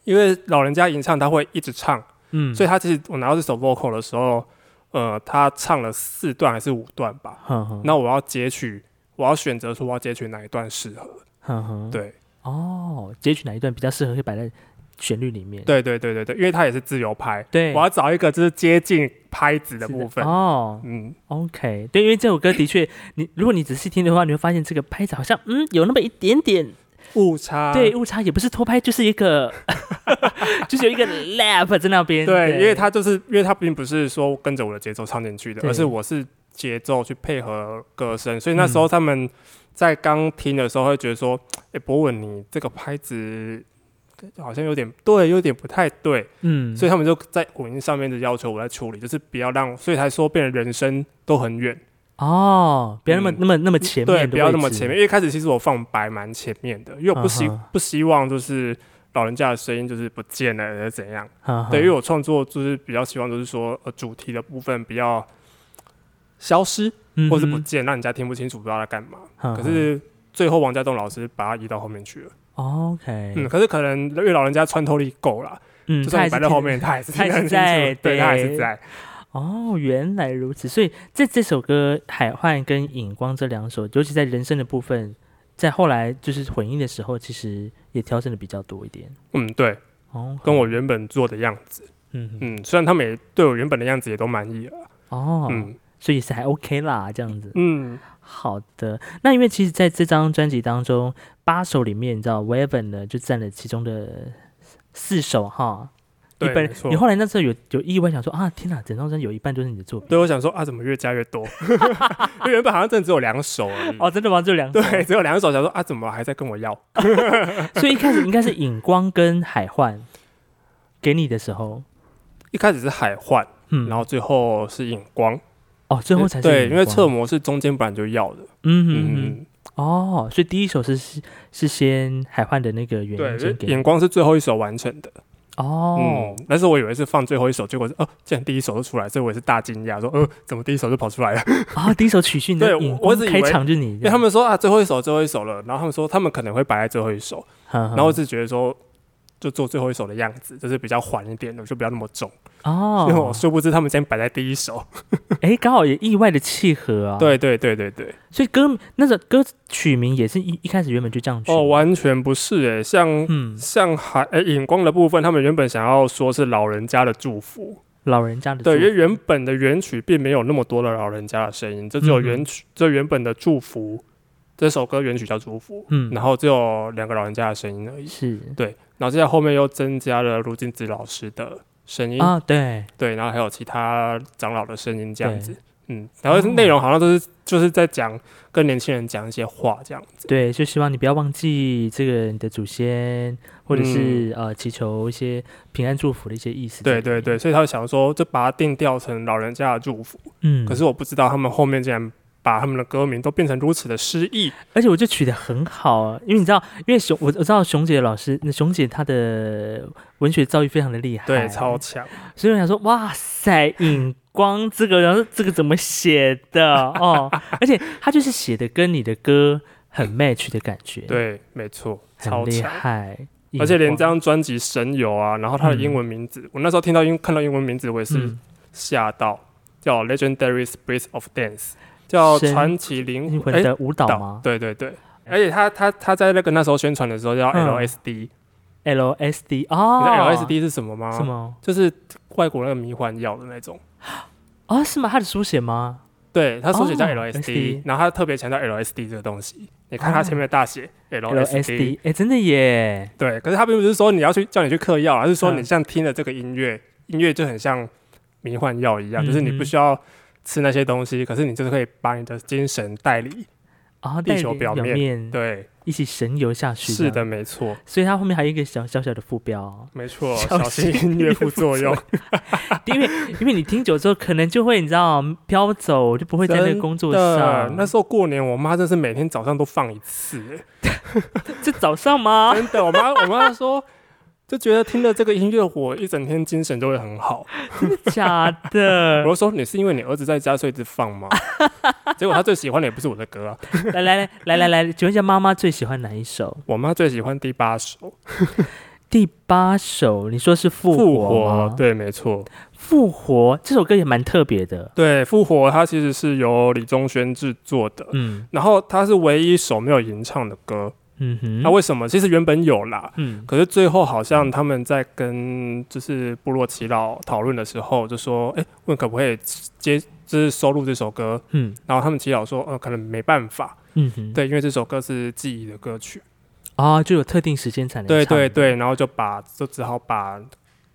[SPEAKER 2] 因为老人家吟唱，他会一直唱，
[SPEAKER 1] 嗯，
[SPEAKER 2] 所
[SPEAKER 1] 以
[SPEAKER 2] 以他其实我拿到这首 vocal 的时候，呃，他唱了四段还是五段吧。
[SPEAKER 1] 哼哼
[SPEAKER 2] 那我要截取，我要选择说我要截取哪一段适合。
[SPEAKER 1] 哼哼
[SPEAKER 2] 对，
[SPEAKER 1] 哦，截取哪一段比较适合，可以摆在旋律里面。
[SPEAKER 2] 对对对对对，因为它也是自由拍，
[SPEAKER 1] 对
[SPEAKER 2] 我要找一个就是接近拍子的
[SPEAKER 1] 是
[SPEAKER 2] 部分。
[SPEAKER 1] 哦
[SPEAKER 2] 嗯，
[SPEAKER 1] ，OK，对，因为这首歌的确，你如果你仔细听的话，你会发现这个拍子好像嗯有那么一点点
[SPEAKER 2] 误差
[SPEAKER 1] 对，误差也不是偷拍，就是一个，
[SPEAKER 2] [LAUGHS]
[SPEAKER 1] 就是有一个 lap 在那边。
[SPEAKER 2] 对，因为它就是因为它并不是说跟着我的节奏唱进去的，
[SPEAKER 1] 对
[SPEAKER 2] 而是我是节奏去配合歌声，所以那时候他们在刚听的时候会觉得说，
[SPEAKER 1] 嗯
[SPEAKER 2] 哎、博文你这个拍子好像有点对，有点不太对，
[SPEAKER 1] 嗯，
[SPEAKER 2] 所以他们就在混音上面的要求我在处理，就是不要让，所以才说变得人声都很远，
[SPEAKER 1] 哦，不要那么、
[SPEAKER 2] 嗯
[SPEAKER 1] 那么那么前面的
[SPEAKER 2] 对，
[SPEAKER 1] 位置，
[SPEAKER 2] 不要那么前面，因为一开始其实我放白蛮前面的，因为我不希、
[SPEAKER 1] 嗯哼
[SPEAKER 2] 不希望就是老人家的声音就是不见了，还是怎样。
[SPEAKER 1] 哈哈。
[SPEAKER 2] 对，因为我创作就是比较希望，就是说呃主题的部分比较消失，
[SPEAKER 1] 嗯哼嗯
[SPEAKER 2] 或是不见，让人家听不清楚，不知道在干嘛。
[SPEAKER 1] 哈哈
[SPEAKER 2] 可是最后王家栋老师把它移到后面去了，
[SPEAKER 1] OK，
[SPEAKER 2] 嗯，可是可能因为老人家穿透力够了，
[SPEAKER 1] 哎嗯
[SPEAKER 2] 就
[SPEAKER 1] 他
[SPEAKER 2] 算
[SPEAKER 1] 还
[SPEAKER 2] 你
[SPEAKER 1] 是
[SPEAKER 2] 摆在
[SPEAKER 1] 听
[SPEAKER 2] 后
[SPEAKER 1] 得
[SPEAKER 2] 面，他还是
[SPEAKER 1] 他
[SPEAKER 2] 听得
[SPEAKER 1] 还是
[SPEAKER 2] 很清
[SPEAKER 1] 在
[SPEAKER 2] 楚，对，他还
[SPEAKER 1] 对
[SPEAKER 2] 是在。
[SPEAKER 1] 哦，原来如此。所以在这首歌《海幻》跟《影光》这两首，尤其在人声的部分，在后来就是混音的时候，其实也调整的比较多一点。
[SPEAKER 2] 嗯，对，
[SPEAKER 1] 哦，
[SPEAKER 2] 跟我原本做的样子，
[SPEAKER 1] 嗯嗯
[SPEAKER 2] 嗯，虽然他们也对我原本的样子也都满意了，
[SPEAKER 1] 哦，
[SPEAKER 2] 嗯
[SPEAKER 1] 所以是还 OK 啦，这样子。
[SPEAKER 2] 嗯，
[SPEAKER 1] 好的，那因为其实在这张专辑当中，八首里面，你知道 Weven 呢就占了其中的四首哈。
[SPEAKER 2] 对
[SPEAKER 1] 你本
[SPEAKER 2] 没错
[SPEAKER 1] 你后来那时候有有意外想说啊，天哪，整张专辑有一半都是你的作品
[SPEAKER 2] 对我想说啊，怎么越加越多？ [LAUGHS] 因为原本好像真的只有两首而已，
[SPEAKER 1] 哦，真的吗？就两首，
[SPEAKER 2] 嗯对，只有两首，想说啊，怎么还在跟我要？
[SPEAKER 1] 所以一开始应该是影光跟海幻给你的时候，
[SPEAKER 2] 一开始是海幻，
[SPEAKER 1] 嗯，
[SPEAKER 2] 然后最后是影光，
[SPEAKER 1] 哦，最后才是
[SPEAKER 2] 对，
[SPEAKER 1] 荧
[SPEAKER 2] 因为
[SPEAKER 1] 光嗯
[SPEAKER 2] 侧模是中间本来就要的，
[SPEAKER 1] 嗯嗯嗯
[SPEAKER 2] 嗯，
[SPEAKER 1] 哦，所以第一首是是是先海幻的那嗯个原
[SPEAKER 2] 对
[SPEAKER 1] 因先，给你
[SPEAKER 2] 眼光是最后一首完成的，
[SPEAKER 1] 哦
[SPEAKER 2] 嗯，，但是我以为是放最后一首，结果是哦，竟然第一首就出来，所以我也是大惊讶，说呃，怎么第一首就跑出来了？
[SPEAKER 1] 啊，第一首曲序你
[SPEAKER 2] 对
[SPEAKER 1] 的
[SPEAKER 2] 我
[SPEAKER 1] 荧
[SPEAKER 2] 我
[SPEAKER 1] 光
[SPEAKER 2] 一直以
[SPEAKER 1] 开
[SPEAKER 2] 为
[SPEAKER 1] 场就是你
[SPEAKER 2] 因
[SPEAKER 1] 这
[SPEAKER 2] 为
[SPEAKER 1] 样，
[SPEAKER 2] 他们说啊，最后一首，最后一首了，然后他们说他们可能会摆在最后一首，
[SPEAKER 1] 然
[SPEAKER 2] 然后我只觉得说。就做最后一首的样子，就是比较缓一点的，就不要那么重。因为
[SPEAKER 1] 哦
[SPEAKER 2] 我， [LAUGHS] 殊不知他们先摆在第一首。
[SPEAKER 1] 哎，刚好也意外的契合啊。，
[SPEAKER 2] 对对对对对。
[SPEAKER 1] 所以歌那个歌曲名也是一一开始原本就这样取。
[SPEAKER 2] 哦，完全不是诶，像
[SPEAKER 1] 嗯，
[SPEAKER 2] 像海诶、影光的部分，他们原本想要说是老人家的祝福，
[SPEAKER 1] 老人家的
[SPEAKER 2] 对，因
[SPEAKER 1] 祝
[SPEAKER 2] 为
[SPEAKER 1] 福
[SPEAKER 2] 原本的原曲并没有那么多的老人家的声音，这只有原曲，这原本的祝福，这首歌原曲叫祝福，
[SPEAKER 1] 嗯
[SPEAKER 2] 然后只有两个老人家的声音而已，
[SPEAKER 1] 是
[SPEAKER 2] 对，然后接下来后面又增加了卢金子老师的声音，
[SPEAKER 1] 啊，对，
[SPEAKER 2] 对，然后还有其他长老的声音这样子
[SPEAKER 1] 对。
[SPEAKER 2] 嗯，然后内容好像都是就是在讲跟年轻人讲一些话这样子，
[SPEAKER 1] 对，就希望你不要忘记这个你的祖先，或者是、呃祈求一些平安祝福的一些意思。
[SPEAKER 2] 嗯对对对，，所以他就想说就把它定调成老人家的祝福，
[SPEAKER 1] 嗯。
[SPEAKER 2] 可是我不知道他们后面竟然把他们的歌名都变成如此的诗意。
[SPEAKER 1] 而且我就取得很好、啊，因为你知道，因为熊我我知道熊姐老师，那熊姐她的文学造诣非常的厉害，
[SPEAKER 2] 对，超强。
[SPEAKER 1] 所以我想说，哇塞，影光这个，然后这个怎么写的哦？而且他就是写的跟你的歌很 match 的感觉，，
[SPEAKER 2] 对，没错，
[SPEAKER 1] 很
[SPEAKER 2] 超
[SPEAKER 1] 厉
[SPEAKER 2] 强。
[SPEAKER 1] 害。
[SPEAKER 2] 而且连
[SPEAKER 1] 荧
[SPEAKER 2] 这
[SPEAKER 1] 光
[SPEAKER 2] 张专辑《神游》啊，然后它的
[SPEAKER 1] 嗯
[SPEAKER 2] 英文名字，我那时候听到英看到英文名字，我也是
[SPEAKER 1] 嗯
[SPEAKER 2] 吓到，叫《Legendary Spirit of Dance》，叫
[SPEAKER 1] 神
[SPEAKER 2] 传奇灵
[SPEAKER 1] 灵魂
[SPEAKER 2] 魂。哎，
[SPEAKER 1] 的舞蹈吗、哎
[SPEAKER 2] 对对对，而且他他他在那个那时候宣传的时候叫
[SPEAKER 1] 嗯
[SPEAKER 2] LSD，
[SPEAKER 1] l s d 哦
[SPEAKER 2] 你知道 LSD 是什么吗？
[SPEAKER 1] 什？么？
[SPEAKER 2] 就是外国那个迷幻药的那种。
[SPEAKER 1] 哦，是吗？他的书写吗？
[SPEAKER 2] 对，他缩写叫
[SPEAKER 1] 哦
[SPEAKER 2] LSD，、
[SPEAKER 1] LSD
[SPEAKER 2] 然后他特别强调 LSD 这个东西。你看他
[SPEAKER 1] 哦
[SPEAKER 2] 前面的大写 LSD，
[SPEAKER 1] LSD，哎、真的耶，
[SPEAKER 2] 对，可是他并不是说你要去叫你去嗑药啊，而是说
[SPEAKER 1] 嗯
[SPEAKER 2] 你像听了这个音乐，音乐就很像迷幻药一样，就是你
[SPEAKER 1] 嗯
[SPEAKER 2] 不
[SPEAKER 1] 哼
[SPEAKER 2] 需要吃那些东西，可是你就是可以把你的精神带离。
[SPEAKER 1] 啊、哦，
[SPEAKER 2] 地
[SPEAKER 1] 带
[SPEAKER 2] 球
[SPEAKER 1] 领
[SPEAKER 2] 表面
[SPEAKER 1] 面
[SPEAKER 2] 对，
[SPEAKER 1] 一起神游下去，
[SPEAKER 2] 是的，，没错，
[SPEAKER 1] 所以它后面还有一个小小小的副
[SPEAKER 2] [LAUGHS]
[SPEAKER 1] 标，
[SPEAKER 2] 没错，
[SPEAKER 1] 小
[SPEAKER 2] 小
[SPEAKER 1] 心
[SPEAKER 2] 心音乐副作
[SPEAKER 1] [LAUGHS]
[SPEAKER 2] 用。
[SPEAKER 1] 因为因为你听久之后，可能就会你知道飘走，就不会在那个
[SPEAKER 2] 真
[SPEAKER 1] 工作
[SPEAKER 2] 的
[SPEAKER 1] 上。
[SPEAKER 2] 那时候过年，我妈真是每天早上都放一
[SPEAKER 1] [LAUGHS]
[SPEAKER 2] 次、欸
[SPEAKER 1] 这早上吗？
[SPEAKER 2] 真的，我妈我妈说，就觉得听了这个音乐，我一整天精神都会很好。
[SPEAKER 1] 假
[SPEAKER 2] 我
[SPEAKER 1] 的？
[SPEAKER 2] 就说你是因为你儿子在家所以一直放吗？结果他最喜欢的也不是我的歌啊，
[SPEAKER 1] 来来来来来来，请问一下，妈妈最喜欢哪一首？
[SPEAKER 2] 我妈最喜欢第八首
[SPEAKER 1] 第八首，你说是复
[SPEAKER 2] 《复
[SPEAKER 1] 活
[SPEAKER 2] 活
[SPEAKER 1] 吗》，
[SPEAKER 2] 对，没错，
[SPEAKER 1] 复活这首歌也蛮特别的。
[SPEAKER 2] 对，《复活》它其实是由李宗轩制作的，
[SPEAKER 1] 嗯
[SPEAKER 2] 然后它是唯一一首没有吟唱的歌，
[SPEAKER 1] 嗯哼，
[SPEAKER 2] 那、为什么？其实原本有啦，
[SPEAKER 1] 嗯
[SPEAKER 2] 可是最后好像他们在跟就是部落耆老讨论的时候，就说，哎、问可不可以接就是收录这首歌，
[SPEAKER 1] 嗯
[SPEAKER 2] 然后他们耆老说，呃，可能没办法，
[SPEAKER 1] 嗯哼，
[SPEAKER 2] 对，因为这首歌是记忆的歌曲，
[SPEAKER 1] 啊、就有特定时间才能
[SPEAKER 2] 对
[SPEAKER 1] 唱
[SPEAKER 2] 对，对，然后就把就只好把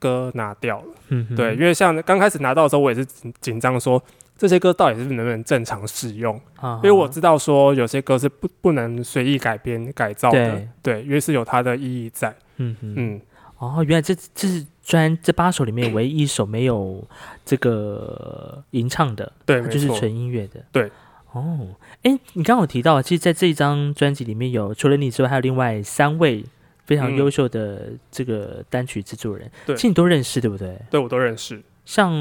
[SPEAKER 2] 歌拿掉了，
[SPEAKER 1] 嗯哼，
[SPEAKER 2] 对，因为像刚开始拿到的时候，我也是紧紧张说。这些歌到底是能不能正常使用？
[SPEAKER 1] 啊，
[SPEAKER 2] 因为我知道说有些歌是不不能随意改编改造的，
[SPEAKER 1] 对
[SPEAKER 2] 对，因为是有它的意义在，
[SPEAKER 1] 嗯哼，
[SPEAKER 2] 嗯，
[SPEAKER 1] 哦，原来这这是专这八首里面唯一一首没有这个吟唱的，
[SPEAKER 2] 对，
[SPEAKER 1] 它
[SPEAKER 2] 没
[SPEAKER 1] 啊就是
[SPEAKER 2] 错。
[SPEAKER 1] 纯音乐的。
[SPEAKER 2] 对，
[SPEAKER 1] 哦，哎，你刚刚有提到，其实在这一张专辑里面有除了你之外，还有另外三位非常
[SPEAKER 2] 嗯
[SPEAKER 1] 优秀的这个单曲制作人，
[SPEAKER 2] 对
[SPEAKER 1] 其实你都认识，对不对？
[SPEAKER 2] 对我都认识。
[SPEAKER 1] 像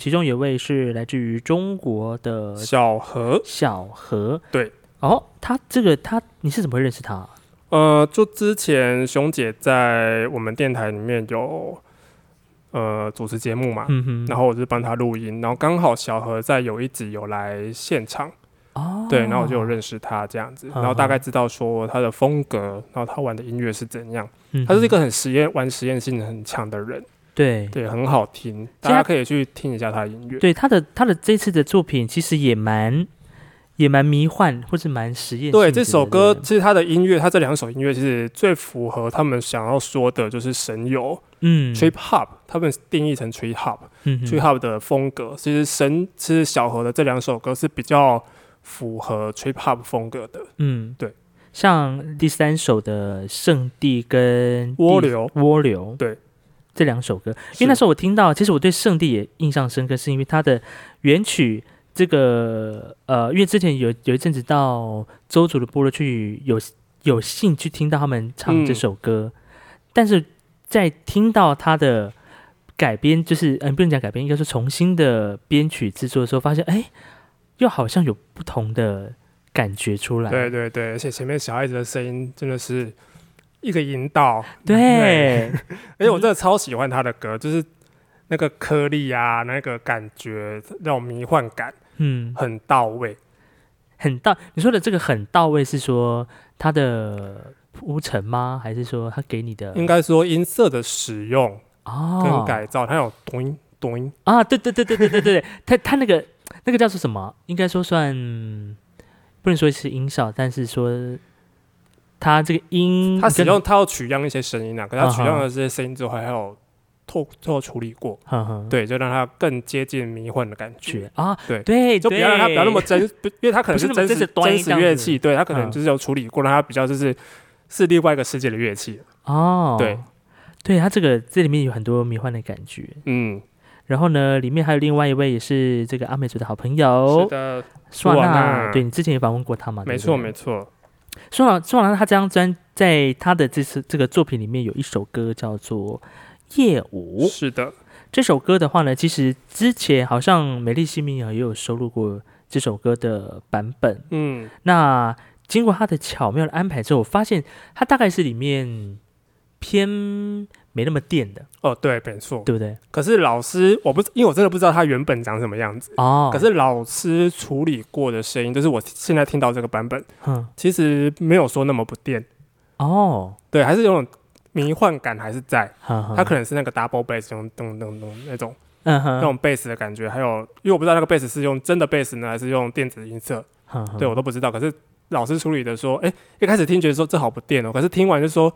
[SPEAKER 1] 其中有一位是来自于中国的
[SPEAKER 2] 小何，
[SPEAKER 1] 小何，
[SPEAKER 2] 对，
[SPEAKER 1] 哦，他这个他你是怎么会认识他啊、
[SPEAKER 2] 呃，就之前熊姐在我们电台里面有呃主持节目嘛，
[SPEAKER 1] 嗯哼，
[SPEAKER 2] 然后我就帮她录音，然后刚好小何在有一集有来现场，
[SPEAKER 1] 哦，
[SPEAKER 2] 对，然后我就有认识他这样子，
[SPEAKER 1] 嗯哼
[SPEAKER 2] 然后大概知道说他的风格，然后他玩的音乐是怎样，
[SPEAKER 1] 嗯哼，
[SPEAKER 2] 他是一个很实验玩实验性很强的人，
[SPEAKER 1] 对
[SPEAKER 2] 对，很好听，
[SPEAKER 1] 其实他
[SPEAKER 2] 大家可以去听一下他的音乐，
[SPEAKER 1] 对他的他的这次的作品其实也蛮也蛮迷幻，或是蛮实验性质的。
[SPEAKER 2] 对这首歌，
[SPEAKER 1] 不
[SPEAKER 2] 其实他的音乐，他这两首音乐其实最符合他们想要说的，就是神游、
[SPEAKER 1] 嗯
[SPEAKER 2] trip hop，他们定义成 trip hop、
[SPEAKER 1] 嗯哼
[SPEAKER 2] trip hop 的风格。其实神其实小何的这两首歌是比较符合 trip hop 风格的。
[SPEAKER 1] 嗯
[SPEAKER 2] 对，
[SPEAKER 1] 像第三首的《圣地》跟第
[SPEAKER 2] 蜗牛
[SPEAKER 1] 蜗牛
[SPEAKER 2] 对
[SPEAKER 1] 这两首歌，因为那时候我听到，其实我对圣地也印象深刻，是因为它的原曲。这个呃，因为之前有有一阵子到周族的部落去，有有幸去听到他们唱这
[SPEAKER 2] 嗯
[SPEAKER 1] 首歌，但是在听到他的改编，就是嗯、呃不能讲改编，应该说重新的编曲制作的时候，发现哎，又好像有不同的感觉出来。
[SPEAKER 2] 对对对，而且前面小孩子的声音真的是一个引导，嗯
[SPEAKER 1] 对，
[SPEAKER 2] 而且我真的超喜欢他的歌，就是那个颗粒啊，那个感觉，那种迷幻感
[SPEAKER 1] 嗯，
[SPEAKER 2] 很到位。
[SPEAKER 1] 很到你说的这个很到位，是说它的铺陈吗？还是说它给你的
[SPEAKER 2] 应该说音色的使用
[SPEAKER 1] 嗯哦
[SPEAKER 2] 跟改造，它有咚咚。
[SPEAKER 1] 啊？对对对对对对对， [LAUGHS] 它它那个那个叫做什么？应该说算不能说是音效，但是说它这个音
[SPEAKER 2] 他使
[SPEAKER 1] 嗯跟
[SPEAKER 2] 用他要取样一些声音啊，可是他
[SPEAKER 1] 啊
[SPEAKER 2] 取样了这些声音之后，还有透透处理过，
[SPEAKER 1] 呵呵
[SPEAKER 2] 对，就让它更接近迷幻的感觉
[SPEAKER 1] 觉。啊，
[SPEAKER 2] 对
[SPEAKER 1] 对，
[SPEAKER 2] 就不要让它
[SPEAKER 1] 他
[SPEAKER 2] 不要那么真， [LAUGHS] 不因为它可能
[SPEAKER 1] 不是那么
[SPEAKER 2] 真
[SPEAKER 1] 真
[SPEAKER 2] 实
[SPEAKER 1] 是端
[SPEAKER 2] 真
[SPEAKER 1] 音
[SPEAKER 2] 实
[SPEAKER 1] 这样
[SPEAKER 2] 乐
[SPEAKER 1] 子
[SPEAKER 2] 器，对，它可
[SPEAKER 1] 嗯
[SPEAKER 2] 能就是有处理过，让它比较就是是另外一个世界的乐器。
[SPEAKER 1] 哦，
[SPEAKER 2] 对，
[SPEAKER 1] 对，它这个这里面有很多迷幻的感觉。
[SPEAKER 2] 嗯，
[SPEAKER 1] 然后呢，里面还有另外一位也是这个阿美族的好朋友
[SPEAKER 2] 是的，
[SPEAKER 1] 苏瓦
[SPEAKER 2] 瓦
[SPEAKER 1] 纳，
[SPEAKER 2] 纳
[SPEAKER 1] 对你之前也访问过他嘛？
[SPEAKER 2] 没错
[SPEAKER 1] 错。
[SPEAKER 2] 没错，
[SPEAKER 1] 苏瓦苏瓦纳他这张专在他的这次这个作品里面有一首歌叫做《夜舞》，
[SPEAKER 2] 是的，
[SPEAKER 1] 这首歌的话呢，其实之前好像美丽西米尔也有收录过这首歌的版本。
[SPEAKER 2] 嗯，
[SPEAKER 1] 那经过他的巧妙的安排之后，我发现他大概是里面偏没那么电的，
[SPEAKER 2] 哦，对，没错。
[SPEAKER 1] 对不对？
[SPEAKER 2] 可是老师，我不，因为我真的不知道他原本长什么样子。
[SPEAKER 1] 哦，
[SPEAKER 2] 可是老师处理过的声音，就是我现在听到这个版本，
[SPEAKER 1] 嗯，
[SPEAKER 2] 其实没有说那么不电。
[SPEAKER 1] 哦，
[SPEAKER 2] 对，还是有种迷幻感还是在，它
[SPEAKER 1] 他
[SPEAKER 2] 可能是那个 double bass 那种咚咚咚那种
[SPEAKER 1] 嗯哼，
[SPEAKER 2] 那种 bass 的感觉，还有因为我不知道那个 bass 是用真的 bass 呢，还是用电子音色，
[SPEAKER 1] 哼哼
[SPEAKER 2] 对我都不知道。可是老师处理的说，哎、一开始听觉得说这好不电哦、可是听完就说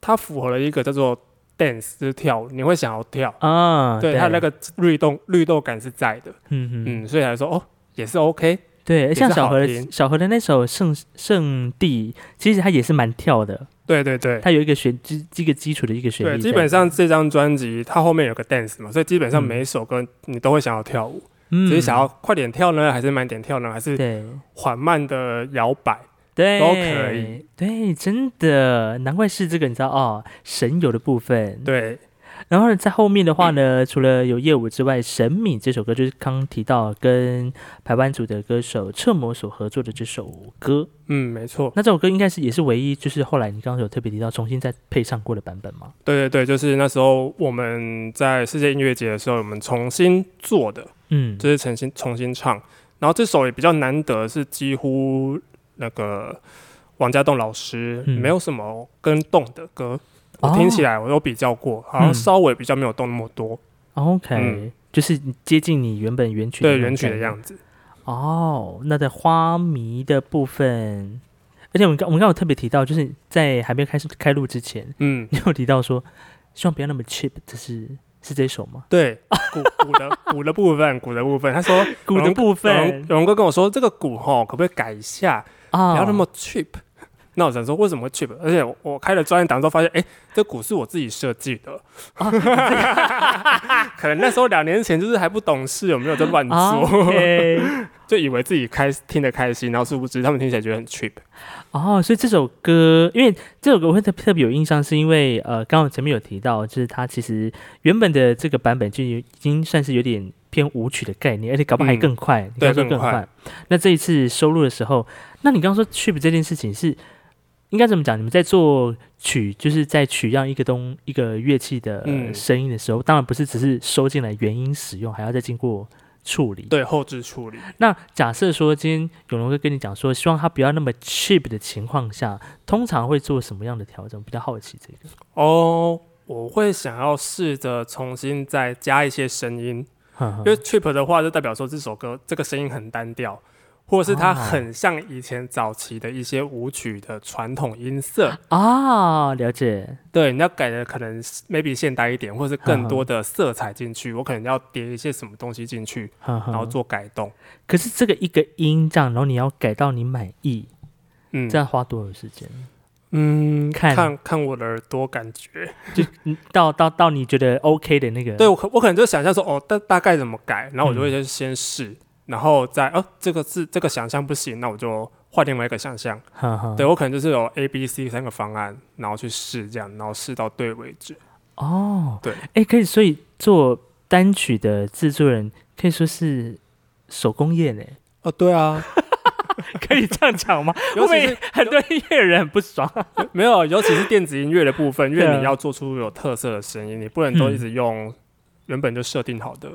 [SPEAKER 2] 它符合了一个叫做 dance 就是跳舞，你会想要跳，
[SPEAKER 1] 啊，
[SPEAKER 2] 对它那，个律动律动感是在的，
[SPEAKER 1] 嗯嗯，
[SPEAKER 2] 嗯，所以来说哦也是 OK，
[SPEAKER 1] 对，
[SPEAKER 2] 也
[SPEAKER 1] 像
[SPEAKER 2] 是
[SPEAKER 1] 小
[SPEAKER 2] 好
[SPEAKER 1] 何的
[SPEAKER 2] 听
[SPEAKER 1] 小何的那首《圣圣地》，其实它也是蛮跳的，
[SPEAKER 2] 对对对。
[SPEAKER 1] 它有一个旋基这个基础的一个旋律
[SPEAKER 2] 对，
[SPEAKER 1] 在，
[SPEAKER 2] 基本上这张专辑它后面有个 dance 嘛，所以基本上每一首歌你都会想要跳舞。
[SPEAKER 1] 嗯
[SPEAKER 2] 只是想要快点跳呢，还是慢点跳呢，还是
[SPEAKER 1] 对
[SPEAKER 2] 缓慢的摇摆？
[SPEAKER 1] 对
[SPEAKER 2] 都可以，
[SPEAKER 1] 对，真的，难怪是这个，你知道哦，神游的部分。
[SPEAKER 2] 对，嗯
[SPEAKER 1] 然后呢，在后面的话呢，除了有夜舞之外，《神秘》这首歌就是刚刚提到跟台湾组的歌手彻魔所合作的这首歌。
[SPEAKER 2] 嗯，没错，
[SPEAKER 1] 那这首歌应该是也是唯一，就是后来你刚刚有特别提到重新再配上过的版本吗？
[SPEAKER 2] 对对对，就是那时候我们在世界音乐节的时候，我们重新做的，
[SPEAKER 1] 嗯，
[SPEAKER 2] 就是重新重新唱。然后这首也比较难得，是几乎那个王家栋老师
[SPEAKER 1] 嗯
[SPEAKER 2] 没有什么跟动的歌，
[SPEAKER 1] 哦
[SPEAKER 2] 我听起来我都比较过，好像
[SPEAKER 1] 嗯
[SPEAKER 2] 稍微比较没有动那么多，
[SPEAKER 1] OK，、
[SPEAKER 2] 嗯
[SPEAKER 1] 就是接近你原本原曲
[SPEAKER 2] 对原曲的
[SPEAKER 1] 子。
[SPEAKER 2] 样子。
[SPEAKER 1] 哦，那在花迷的部分，而且我们刚我们刚有特别提到，就是在还没有开始开录之前，
[SPEAKER 2] 嗯，
[SPEAKER 1] 你有提到说希望不要那么 cheap，这是是这首吗？ [LAUGHS]
[SPEAKER 2] 对，鼓鼓的鼓的部分，鼓的部分，他说
[SPEAKER 1] 鼓的部
[SPEAKER 2] 有人
[SPEAKER 1] 分
[SPEAKER 2] 有人哥跟我说这个鼓吼可不可以改一下，
[SPEAKER 1] 啊，
[SPEAKER 2] 不要那么 cheap。那我想说为什么会 cheap？而且我我开了专业档之后发现，哎、这鼓是我自己设计的。
[SPEAKER 1] 哦
[SPEAKER 2] [LAUGHS] 可能那时候两年前就是还不懂事，有没有在乱做，
[SPEAKER 1] 啊 [LAUGHS] OK
[SPEAKER 2] [LAUGHS] 就以为自己开听得开心，然后殊不知他们听起来觉得很 cheap。
[SPEAKER 1] 哦，所以这首歌，因为这首歌我会特特别有印象，是因为呃，刚刚我前面有提到，就是它其实原本的这个版本就已经算是有点偏舞曲的概念，而且搞不好还
[SPEAKER 2] 嗯
[SPEAKER 1] 更快，你
[SPEAKER 2] 对
[SPEAKER 1] 刚刚说
[SPEAKER 2] 更
[SPEAKER 1] 更
[SPEAKER 2] 快
[SPEAKER 1] 快。那这一次收录的时候，那你刚刚说 trip 这件事情是应该怎么讲？你们在做曲，就是在取样一个东一个乐器的
[SPEAKER 2] 嗯
[SPEAKER 1] 声音的时候，当然不是只是收进来原音使用，还要再经过处理。
[SPEAKER 2] 对后置处理，
[SPEAKER 1] 那假设说今天永隆哥跟你讲说，希望他不要那么 cheap 的情况下，通常会做什么样的调整？比较好奇这个。
[SPEAKER 2] 哦、我会想要试着重新再加一些声音，
[SPEAKER 1] 嗯
[SPEAKER 2] 因为 cheap 的话就代表说这首歌这个声音很单调，或者是它
[SPEAKER 1] 哦
[SPEAKER 2] 很像以前早期的一些舞曲的传统音色。
[SPEAKER 1] 啊，了解
[SPEAKER 2] 对，你要改的可能是 maybe 现代一点，或是更多的色彩进去，我可能要叠一些什么东西进去，
[SPEAKER 1] 呵呵，
[SPEAKER 2] 然后做改动。
[SPEAKER 1] 可是这个一个音这样，然后你要改到你满意，
[SPEAKER 2] 嗯，
[SPEAKER 1] 这样花多少时间？
[SPEAKER 2] 嗯，
[SPEAKER 1] 看
[SPEAKER 2] 看看我的耳朵感觉，
[SPEAKER 1] 就嗯到到到你觉得 OK 的那个。
[SPEAKER 2] 对我可我可能就想象说，哦，大大概怎么改，然后
[SPEAKER 1] 嗯
[SPEAKER 2] 我就会先先试，然后再哦，这个字这个想象不行，那我就换另外一个想象。
[SPEAKER 1] 呵呵，
[SPEAKER 2] 对我可能就是有 A、B、C 三个方案，然后去试这样，然后试到对为止。
[SPEAKER 1] 哦，
[SPEAKER 2] 对
[SPEAKER 1] 哎，可以，所以做单曲的制作人可以说是手工业呢，
[SPEAKER 2] 哦，对啊，
[SPEAKER 1] [LAUGHS] 可以这样讲 [LAUGHS] 吗？
[SPEAKER 2] 尤
[SPEAKER 1] 因
[SPEAKER 2] 其
[SPEAKER 1] 为
[SPEAKER 2] 是
[SPEAKER 1] 很多音乐人很不爽。
[SPEAKER 2] 没有，尤其是电子音乐的部
[SPEAKER 1] [LAUGHS]
[SPEAKER 2] 分，因
[SPEAKER 1] 对
[SPEAKER 2] 为
[SPEAKER 1] 啊
[SPEAKER 2] 你要做出有特色的声音，你不能都
[SPEAKER 1] 嗯
[SPEAKER 2] 一直用原本就设定好的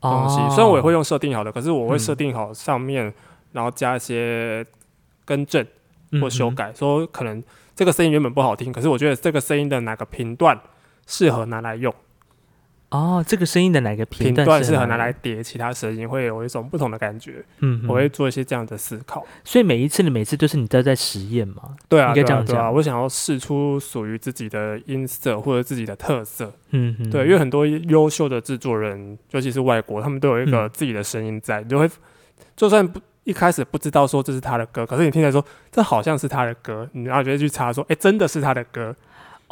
[SPEAKER 1] 哦
[SPEAKER 2] 东西。虽然我也会用设定好的，可是我会
[SPEAKER 1] 嗯
[SPEAKER 2] 设定好上面，然后加一些更正
[SPEAKER 1] 用
[SPEAKER 2] 或修
[SPEAKER 1] 嗯
[SPEAKER 2] 改，说可能这个声音原本不好听，可是我觉得这个声音的哪个频段适合拿来用，
[SPEAKER 1] 哦，这个声音的哪个
[SPEAKER 2] 频
[SPEAKER 1] 段
[SPEAKER 2] 适合
[SPEAKER 1] 很
[SPEAKER 2] 拿
[SPEAKER 1] 难
[SPEAKER 2] 来？叠其他声音，会有一种不同的感觉。
[SPEAKER 1] 嗯，嗯
[SPEAKER 2] 我会。做一些这样的思考。
[SPEAKER 1] 所以每一次的每次都是你都在实验嘛？
[SPEAKER 2] 对
[SPEAKER 1] 应
[SPEAKER 2] 啊，
[SPEAKER 1] 该
[SPEAKER 2] 对
[SPEAKER 1] 这
[SPEAKER 2] 啊，
[SPEAKER 1] 样
[SPEAKER 2] 对啊，
[SPEAKER 1] 讲
[SPEAKER 2] 我想要试出属于自己的音色或者自己的特色。
[SPEAKER 1] 嗯，嗯
[SPEAKER 2] 对，因为很多优秀的制作人，尤其是外国，他们都有一个
[SPEAKER 1] 嗯
[SPEAKER 2] 自己的声音在，你就会就算不一开始不知道说这是他的歌，可是你听来说这好像是他的歌，你然后就会去查说，哎、真的是他的歌，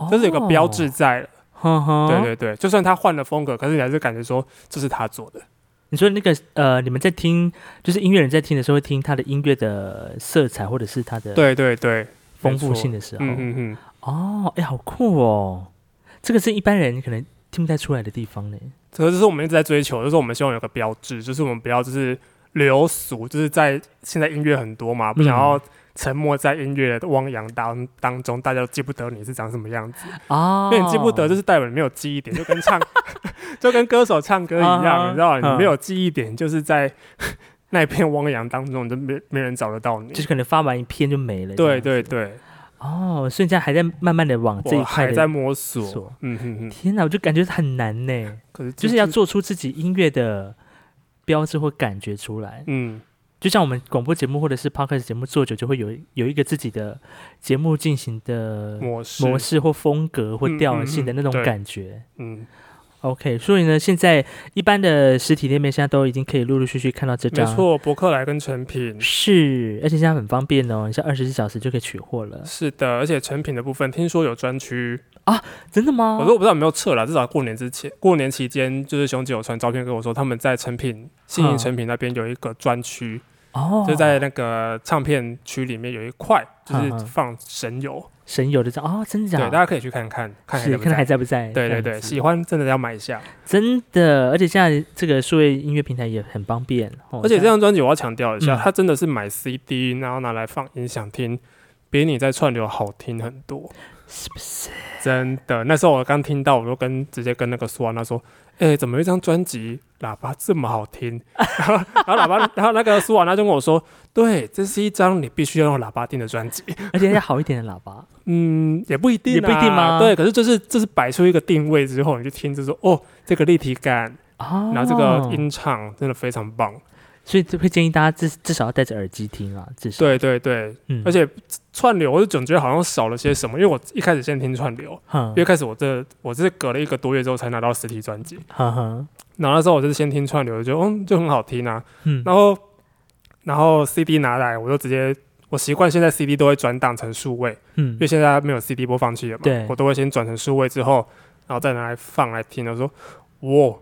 [SPEAKER 2] 这是有个标志。在。
[SPEAKER 1] 嗯哦、呵呵
[SPEAKER 2] 对对对，就算他换了风格，可是你还是感觉说这是他做的。
[SPEAKER 1] 你说那个呃，你们在听，就是音乐人在听的时候，会听他的音乐的色彩，或者是他的
[SPEAKER 2] 对对对，
[SPEAKER 1] 丰富
[SPEAKER 2] 没错
[SPEAKER 1] 性。的时候。
[SPEAKER 2] 嗯嗯嗯，
[SPEAKER 1] 哦，哎、好酷哦！这个是一般人可能听不太出来的地方呢。
[SPEAKER 2] 这个就是我们一直在追求，就是我们希望有个标志，就是我们不要就是流俗，就是在现在音乐很多嘛，不
[SPEAKER 1] 嗯
[SPEAKER 2] 想要沉没在音乐的汪洋当当中，大家都记不得你是长什么样子。
[SPEAKER 1] 哦，
[SPEAKER 2] 因为你记不得，就是代表你没有记忆点，就跟
[SPEAKER 1] [LAUGHS]
[SPEAKER 2] 唱，就跟歌手唱歌一
[SPEAKER 1] 啊
[SPEAKER 2] 样，你知道吗？
[SPEAKER 1] 嗯
[SPEAKER 2] 你没有记忆点，就是在 [LAUGHS] 那片汪洋当中，你就没没人找得到你
[SPEAKER 1] 就。是可能发完一篇就没了。
[SPEAKER 2] 对
[SPEAKER 1] 这
[SPEAKER 2] 对
[SPEAKER 1] 样子。
[SPEAKER 2] 对，
[SPEAKER 1] 哦，所以你现在还在慢慢的往这一
[SPEAKER 2] 我
[SPEAKER 1] 块
[SPEAKER 2] 还
[SPEAKER 1] 的
[SPEAKER 2] 在摸索
[SPEAKER 1] 索。
[SPEAKER 2] 嗯哼哼，
[SPEAKER 1] 天哪，我就感觉很难呢。
[SPEAKER 2] 可是
[SPEAKER 1] 就是要，做出自己音乐的标志或感觉出来。
[SPEAKER 2] 嗯，
[SPEAKER 1] 就像我们广播节目或者是 podcast 节目做久，就会有有一个自己的节目进行的
[SPEAKER 2] 模式
[SPEAKER 1] 嗯模，式或风格或
[SPEAKER 2] 嗯
[SPEAKER 1] 调
[SPEAKER 2] 嗯
[SPEAKER 1] 性的
[SPEAKER 2] 嗯
[SPEAKER 1] 那种
[SPEAKER 2] 对
[SPEAKER 1] 感觉。
[SPEAKER 2] 嗯，
[SPEAKER 1] OK，所以呢，现在一般的实体店面现在都已经可以陆陆续续看到这
[SPEAKER 2] 没
[SPEAKER 1] 张，
[SPEAKER 2] 错，博客来跟成品。
[SPEAKER 1] 是，而且现在很方便哦，你像二十四小时就可以取货了。
[SPEAKER 2] 是的，而且成品的部分听说有专区，
[SPEAKER 1] 真的吗？
[SPEAKER 2] 我说我不知道有没有撤了，至少过年之前，过年期间就是熊姐有传照片给我说，他们在成品信
[SPEAKER 1] 嗯
[SPEAKER 2] 义成品那边有一个专区，
[SPEAKER 1] 哦，
[SPEAKER 2] 就在那个唱片区里面有一块，就
[SPEAKER 1] 嗯嗯
[SPEAKER 2] 是放神游，
[SPEAKER 1] 神游的这哦，真的
[SPEAKER 2] 对，
[SPEAKER 1] 假
[SPEAKER 2] 大
[SPEAKER 1] 的？
[SPEAKER 2] 家可以去看看，看还
[SPEAKER 1] 是，
[SPEAKER 2] 在不
[SPEAKER 1] 看还
[SPEAKER 2] 在。
[SPEAKER 1] 在不在？这
[SPEAKER 2] 对对
[SPEAKER 1] 样
[SPEAKER 2] 对，
[SPEAKER 1] 子
[SPEAKER 2] 喜欢真的要买一下。
[SPEAKER 1] 真的，而且现在这个数位音乐平台也很方便，哦
[SPEAKER 2] 而且这张专辑我要强调一下，
[SPEAKER 1] 嗯
[SPEAKER 2] 它真的是买 CD，然后拿来放音响听，比你在串流好听很多，
[SPEAKER 1] 是不是？
[SPEAKER 2] 真的。那时候我刚听到，我就跟直接跟那个苏安娜说：“哎、怎么有一张专辑喇叭这么好听？ [LAUGHS] 然后，然后喇叭，然后那个苏瓦娜就跟我说，对，这是一张你必须要用喇叭听的专辑。
[SPEAKER 1] 而且要好一点的喇
[SPEAKER 2] [LAUGHS]
[SPEAKER 1] 叭，
[SPEAKER 2] 嗯，也不一定、啊，
[SPEAKER 1] 也不一定吗
[SPEAKER 2] 对，可是就是就是摆出一个定位之后，你就听就说哦，这个立体感，
[SPEAKER 1] 哦，
[SPEAKER 2] 然后这个音场真的非常棒。
[SPEAKER 1] 所以就会建议大家至至少要戴着耳机听啊，至少，
[SPEAKER 2] 对对对，
[SPEAKER 1] 嗯
[SPEAKER 2] 而，且串流我就总觉得好像少了些什么，因为我一开始先听串流，
[SPEAKER 1] 哼
[SPEAKER 2] 因为，开始我这我这是隔了一个多月之后才拿到实体专辑，
[SPEAKER 1] 哼哼，
[SPEAKER 2] 然后那时候我就是先听串流，就嗯就很好听啊，
[SPEAKER 1] 嗯，
[SPEAKER 2] 然后然后 CD 拿来我就直接。我习惯现在 CD 都会转档成数位，
[SPEAKER 1] 嗯
[SPEAKER 2] 因为现在没有 CD 播放器了嘛
[SPEAKER 1] 对，
[SPEAKER 2] 我都会先转成数位之后，然后再拿来放来听。我说，哇，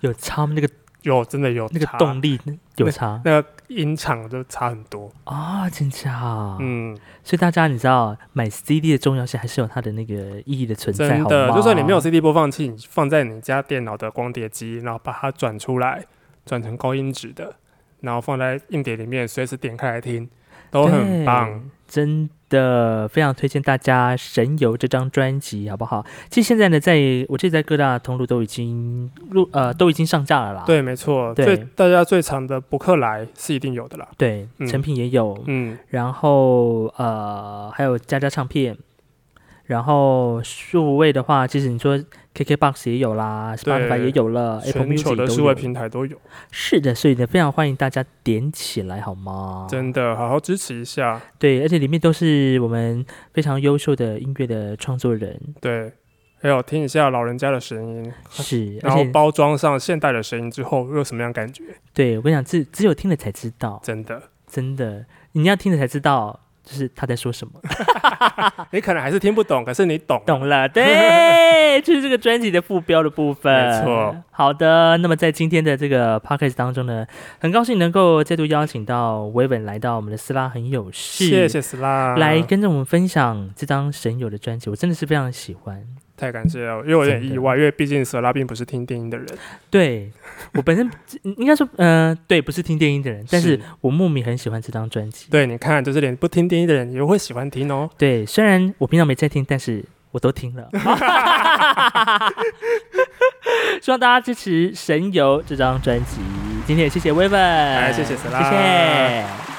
[SPEAKER 1] 有差吗那个
[SPEAKER 2] 有真的有
[SPEAKER 1] 那个
[SPEAKER 2] 差
[SPEAKER 1] 动力有差
[SPEAKER 2] 那个音场就差很多。
[SPEAKER 1] 啊、真假？
[SPEAKER 2] 嗯，
[SPEAKER 1] 所以大家你知道买 CD 的重要性还是有它的那个意义的存在，
[SPEAKER 2] 真
[SPEAKER 1] 好
[SPEAKER 2] 的，
[SPEAKER 1] 吗？
[SPEAKER 2] 就算你没有 CD 播放器，你放在你家电脑的光碟机，然后把它转出来，转成高音质的，然后放在硬碟里面，随时点开来听，都很
[SPEAKER 1] 对
[SPEAKER 2] 棒。
[SPEAKER 1] 真的非常推荐大家《神游》这张专辑，好不好？其实现在呢，在我记得在各大通路都已经录呃都已经上架了啦。
[SPEAKER 2] 嗯对，没错，
[SPEAKER 1] 对
[SPEAKER 2] 最大家最长的博客来是一定有的啦。
[SPEAKER 1] 对，
[SPEAKER 2] 嗯
[SPEAKER 1] 成品也有，
[SPEAKER 2] 嗯，
[SPEAKER 1] 然后呃还有佳佳唱片，然后数位的话，其实你说 KKBOX 也有啦，Spotify 也有了，Apple
[SPEAKER 2] 全
[SPEAKER 1] Music
[SPEAKER 2] 球
[SPEAKER 1] 也
[SPEAKER 2] 的
[SPEAKER 1] 都
[SPEAKER 2] 数位
[SPEAKER 1] 有。哦
[SPEAKER 2] 平台都有，
[SPEAKER 1] 是的，所以呢，非常欢迎大家点起来，好吗？
[SPEAKER 2] 真的好好支持一下。
[SPEAKER 1] 对，而且里面都是我们非常优秀的音乐的创作人，
[SPEAKER 2] 对，还有听一下老人家的
[SPEAKER 1] [LAUGHS]
[SPEAKER 2] 声音，
[SPEAKER 1] 是，而
[SPEAKER 2] 然后
[SPEAKER 1] 且
[SPEAKER 2] 包装上现代的声音之后，又有什么样感觉？
[SPEAKER 1] 对我跟你讲，只只有听了才知道，
[SPEAKER 2] 真的，
[SPEAKER 1] 真的，你要听了才知道，就是他在说什么。
[SPEAKER 2] 你可能还是听不懂，可是你懂。
[SPEAKER 1] 啊懂了，对，就是这个专辑的副标的部分。
[SPEAKER 2] 没错。
[SPEAKER 1] 好的，那么在今天的这个 podcast 当中呢，很高兴能够再度邀请到维文来到我们的斯拉很有事，
[SPEAKER 2] 谢谢 s l
[SPEAKER 1] 来跟着我们分享这张神友的专辑，我真的是非常喜欢。
[SPEAKER 2] 太感谢了，因为我有点
[SPEAKER 1] 真的
[SPEAKER 2] 意外，因为毕竟蛇拉并不是听电音的人，
[SPEAKER 1] 对我本身 [LAUGHS] 应该说，嗯、对，不是听电音的人，但是我莫名很喜欢这张专辑。
[SPEAKER 2] 对，你看，就是连不听电音的人也会喜欢听哦。
[SPEAKER 1] 对，虽然我平常没在听，但是我都听了。希望大家支持《神游》这张专辑。今天也谢谢 Weven，
[SPEAKER 2] 哎谢谢
[SPEAKER 1] 谢
[SPEAKER 2] ，Sla
[SPEAKER 1] 谢。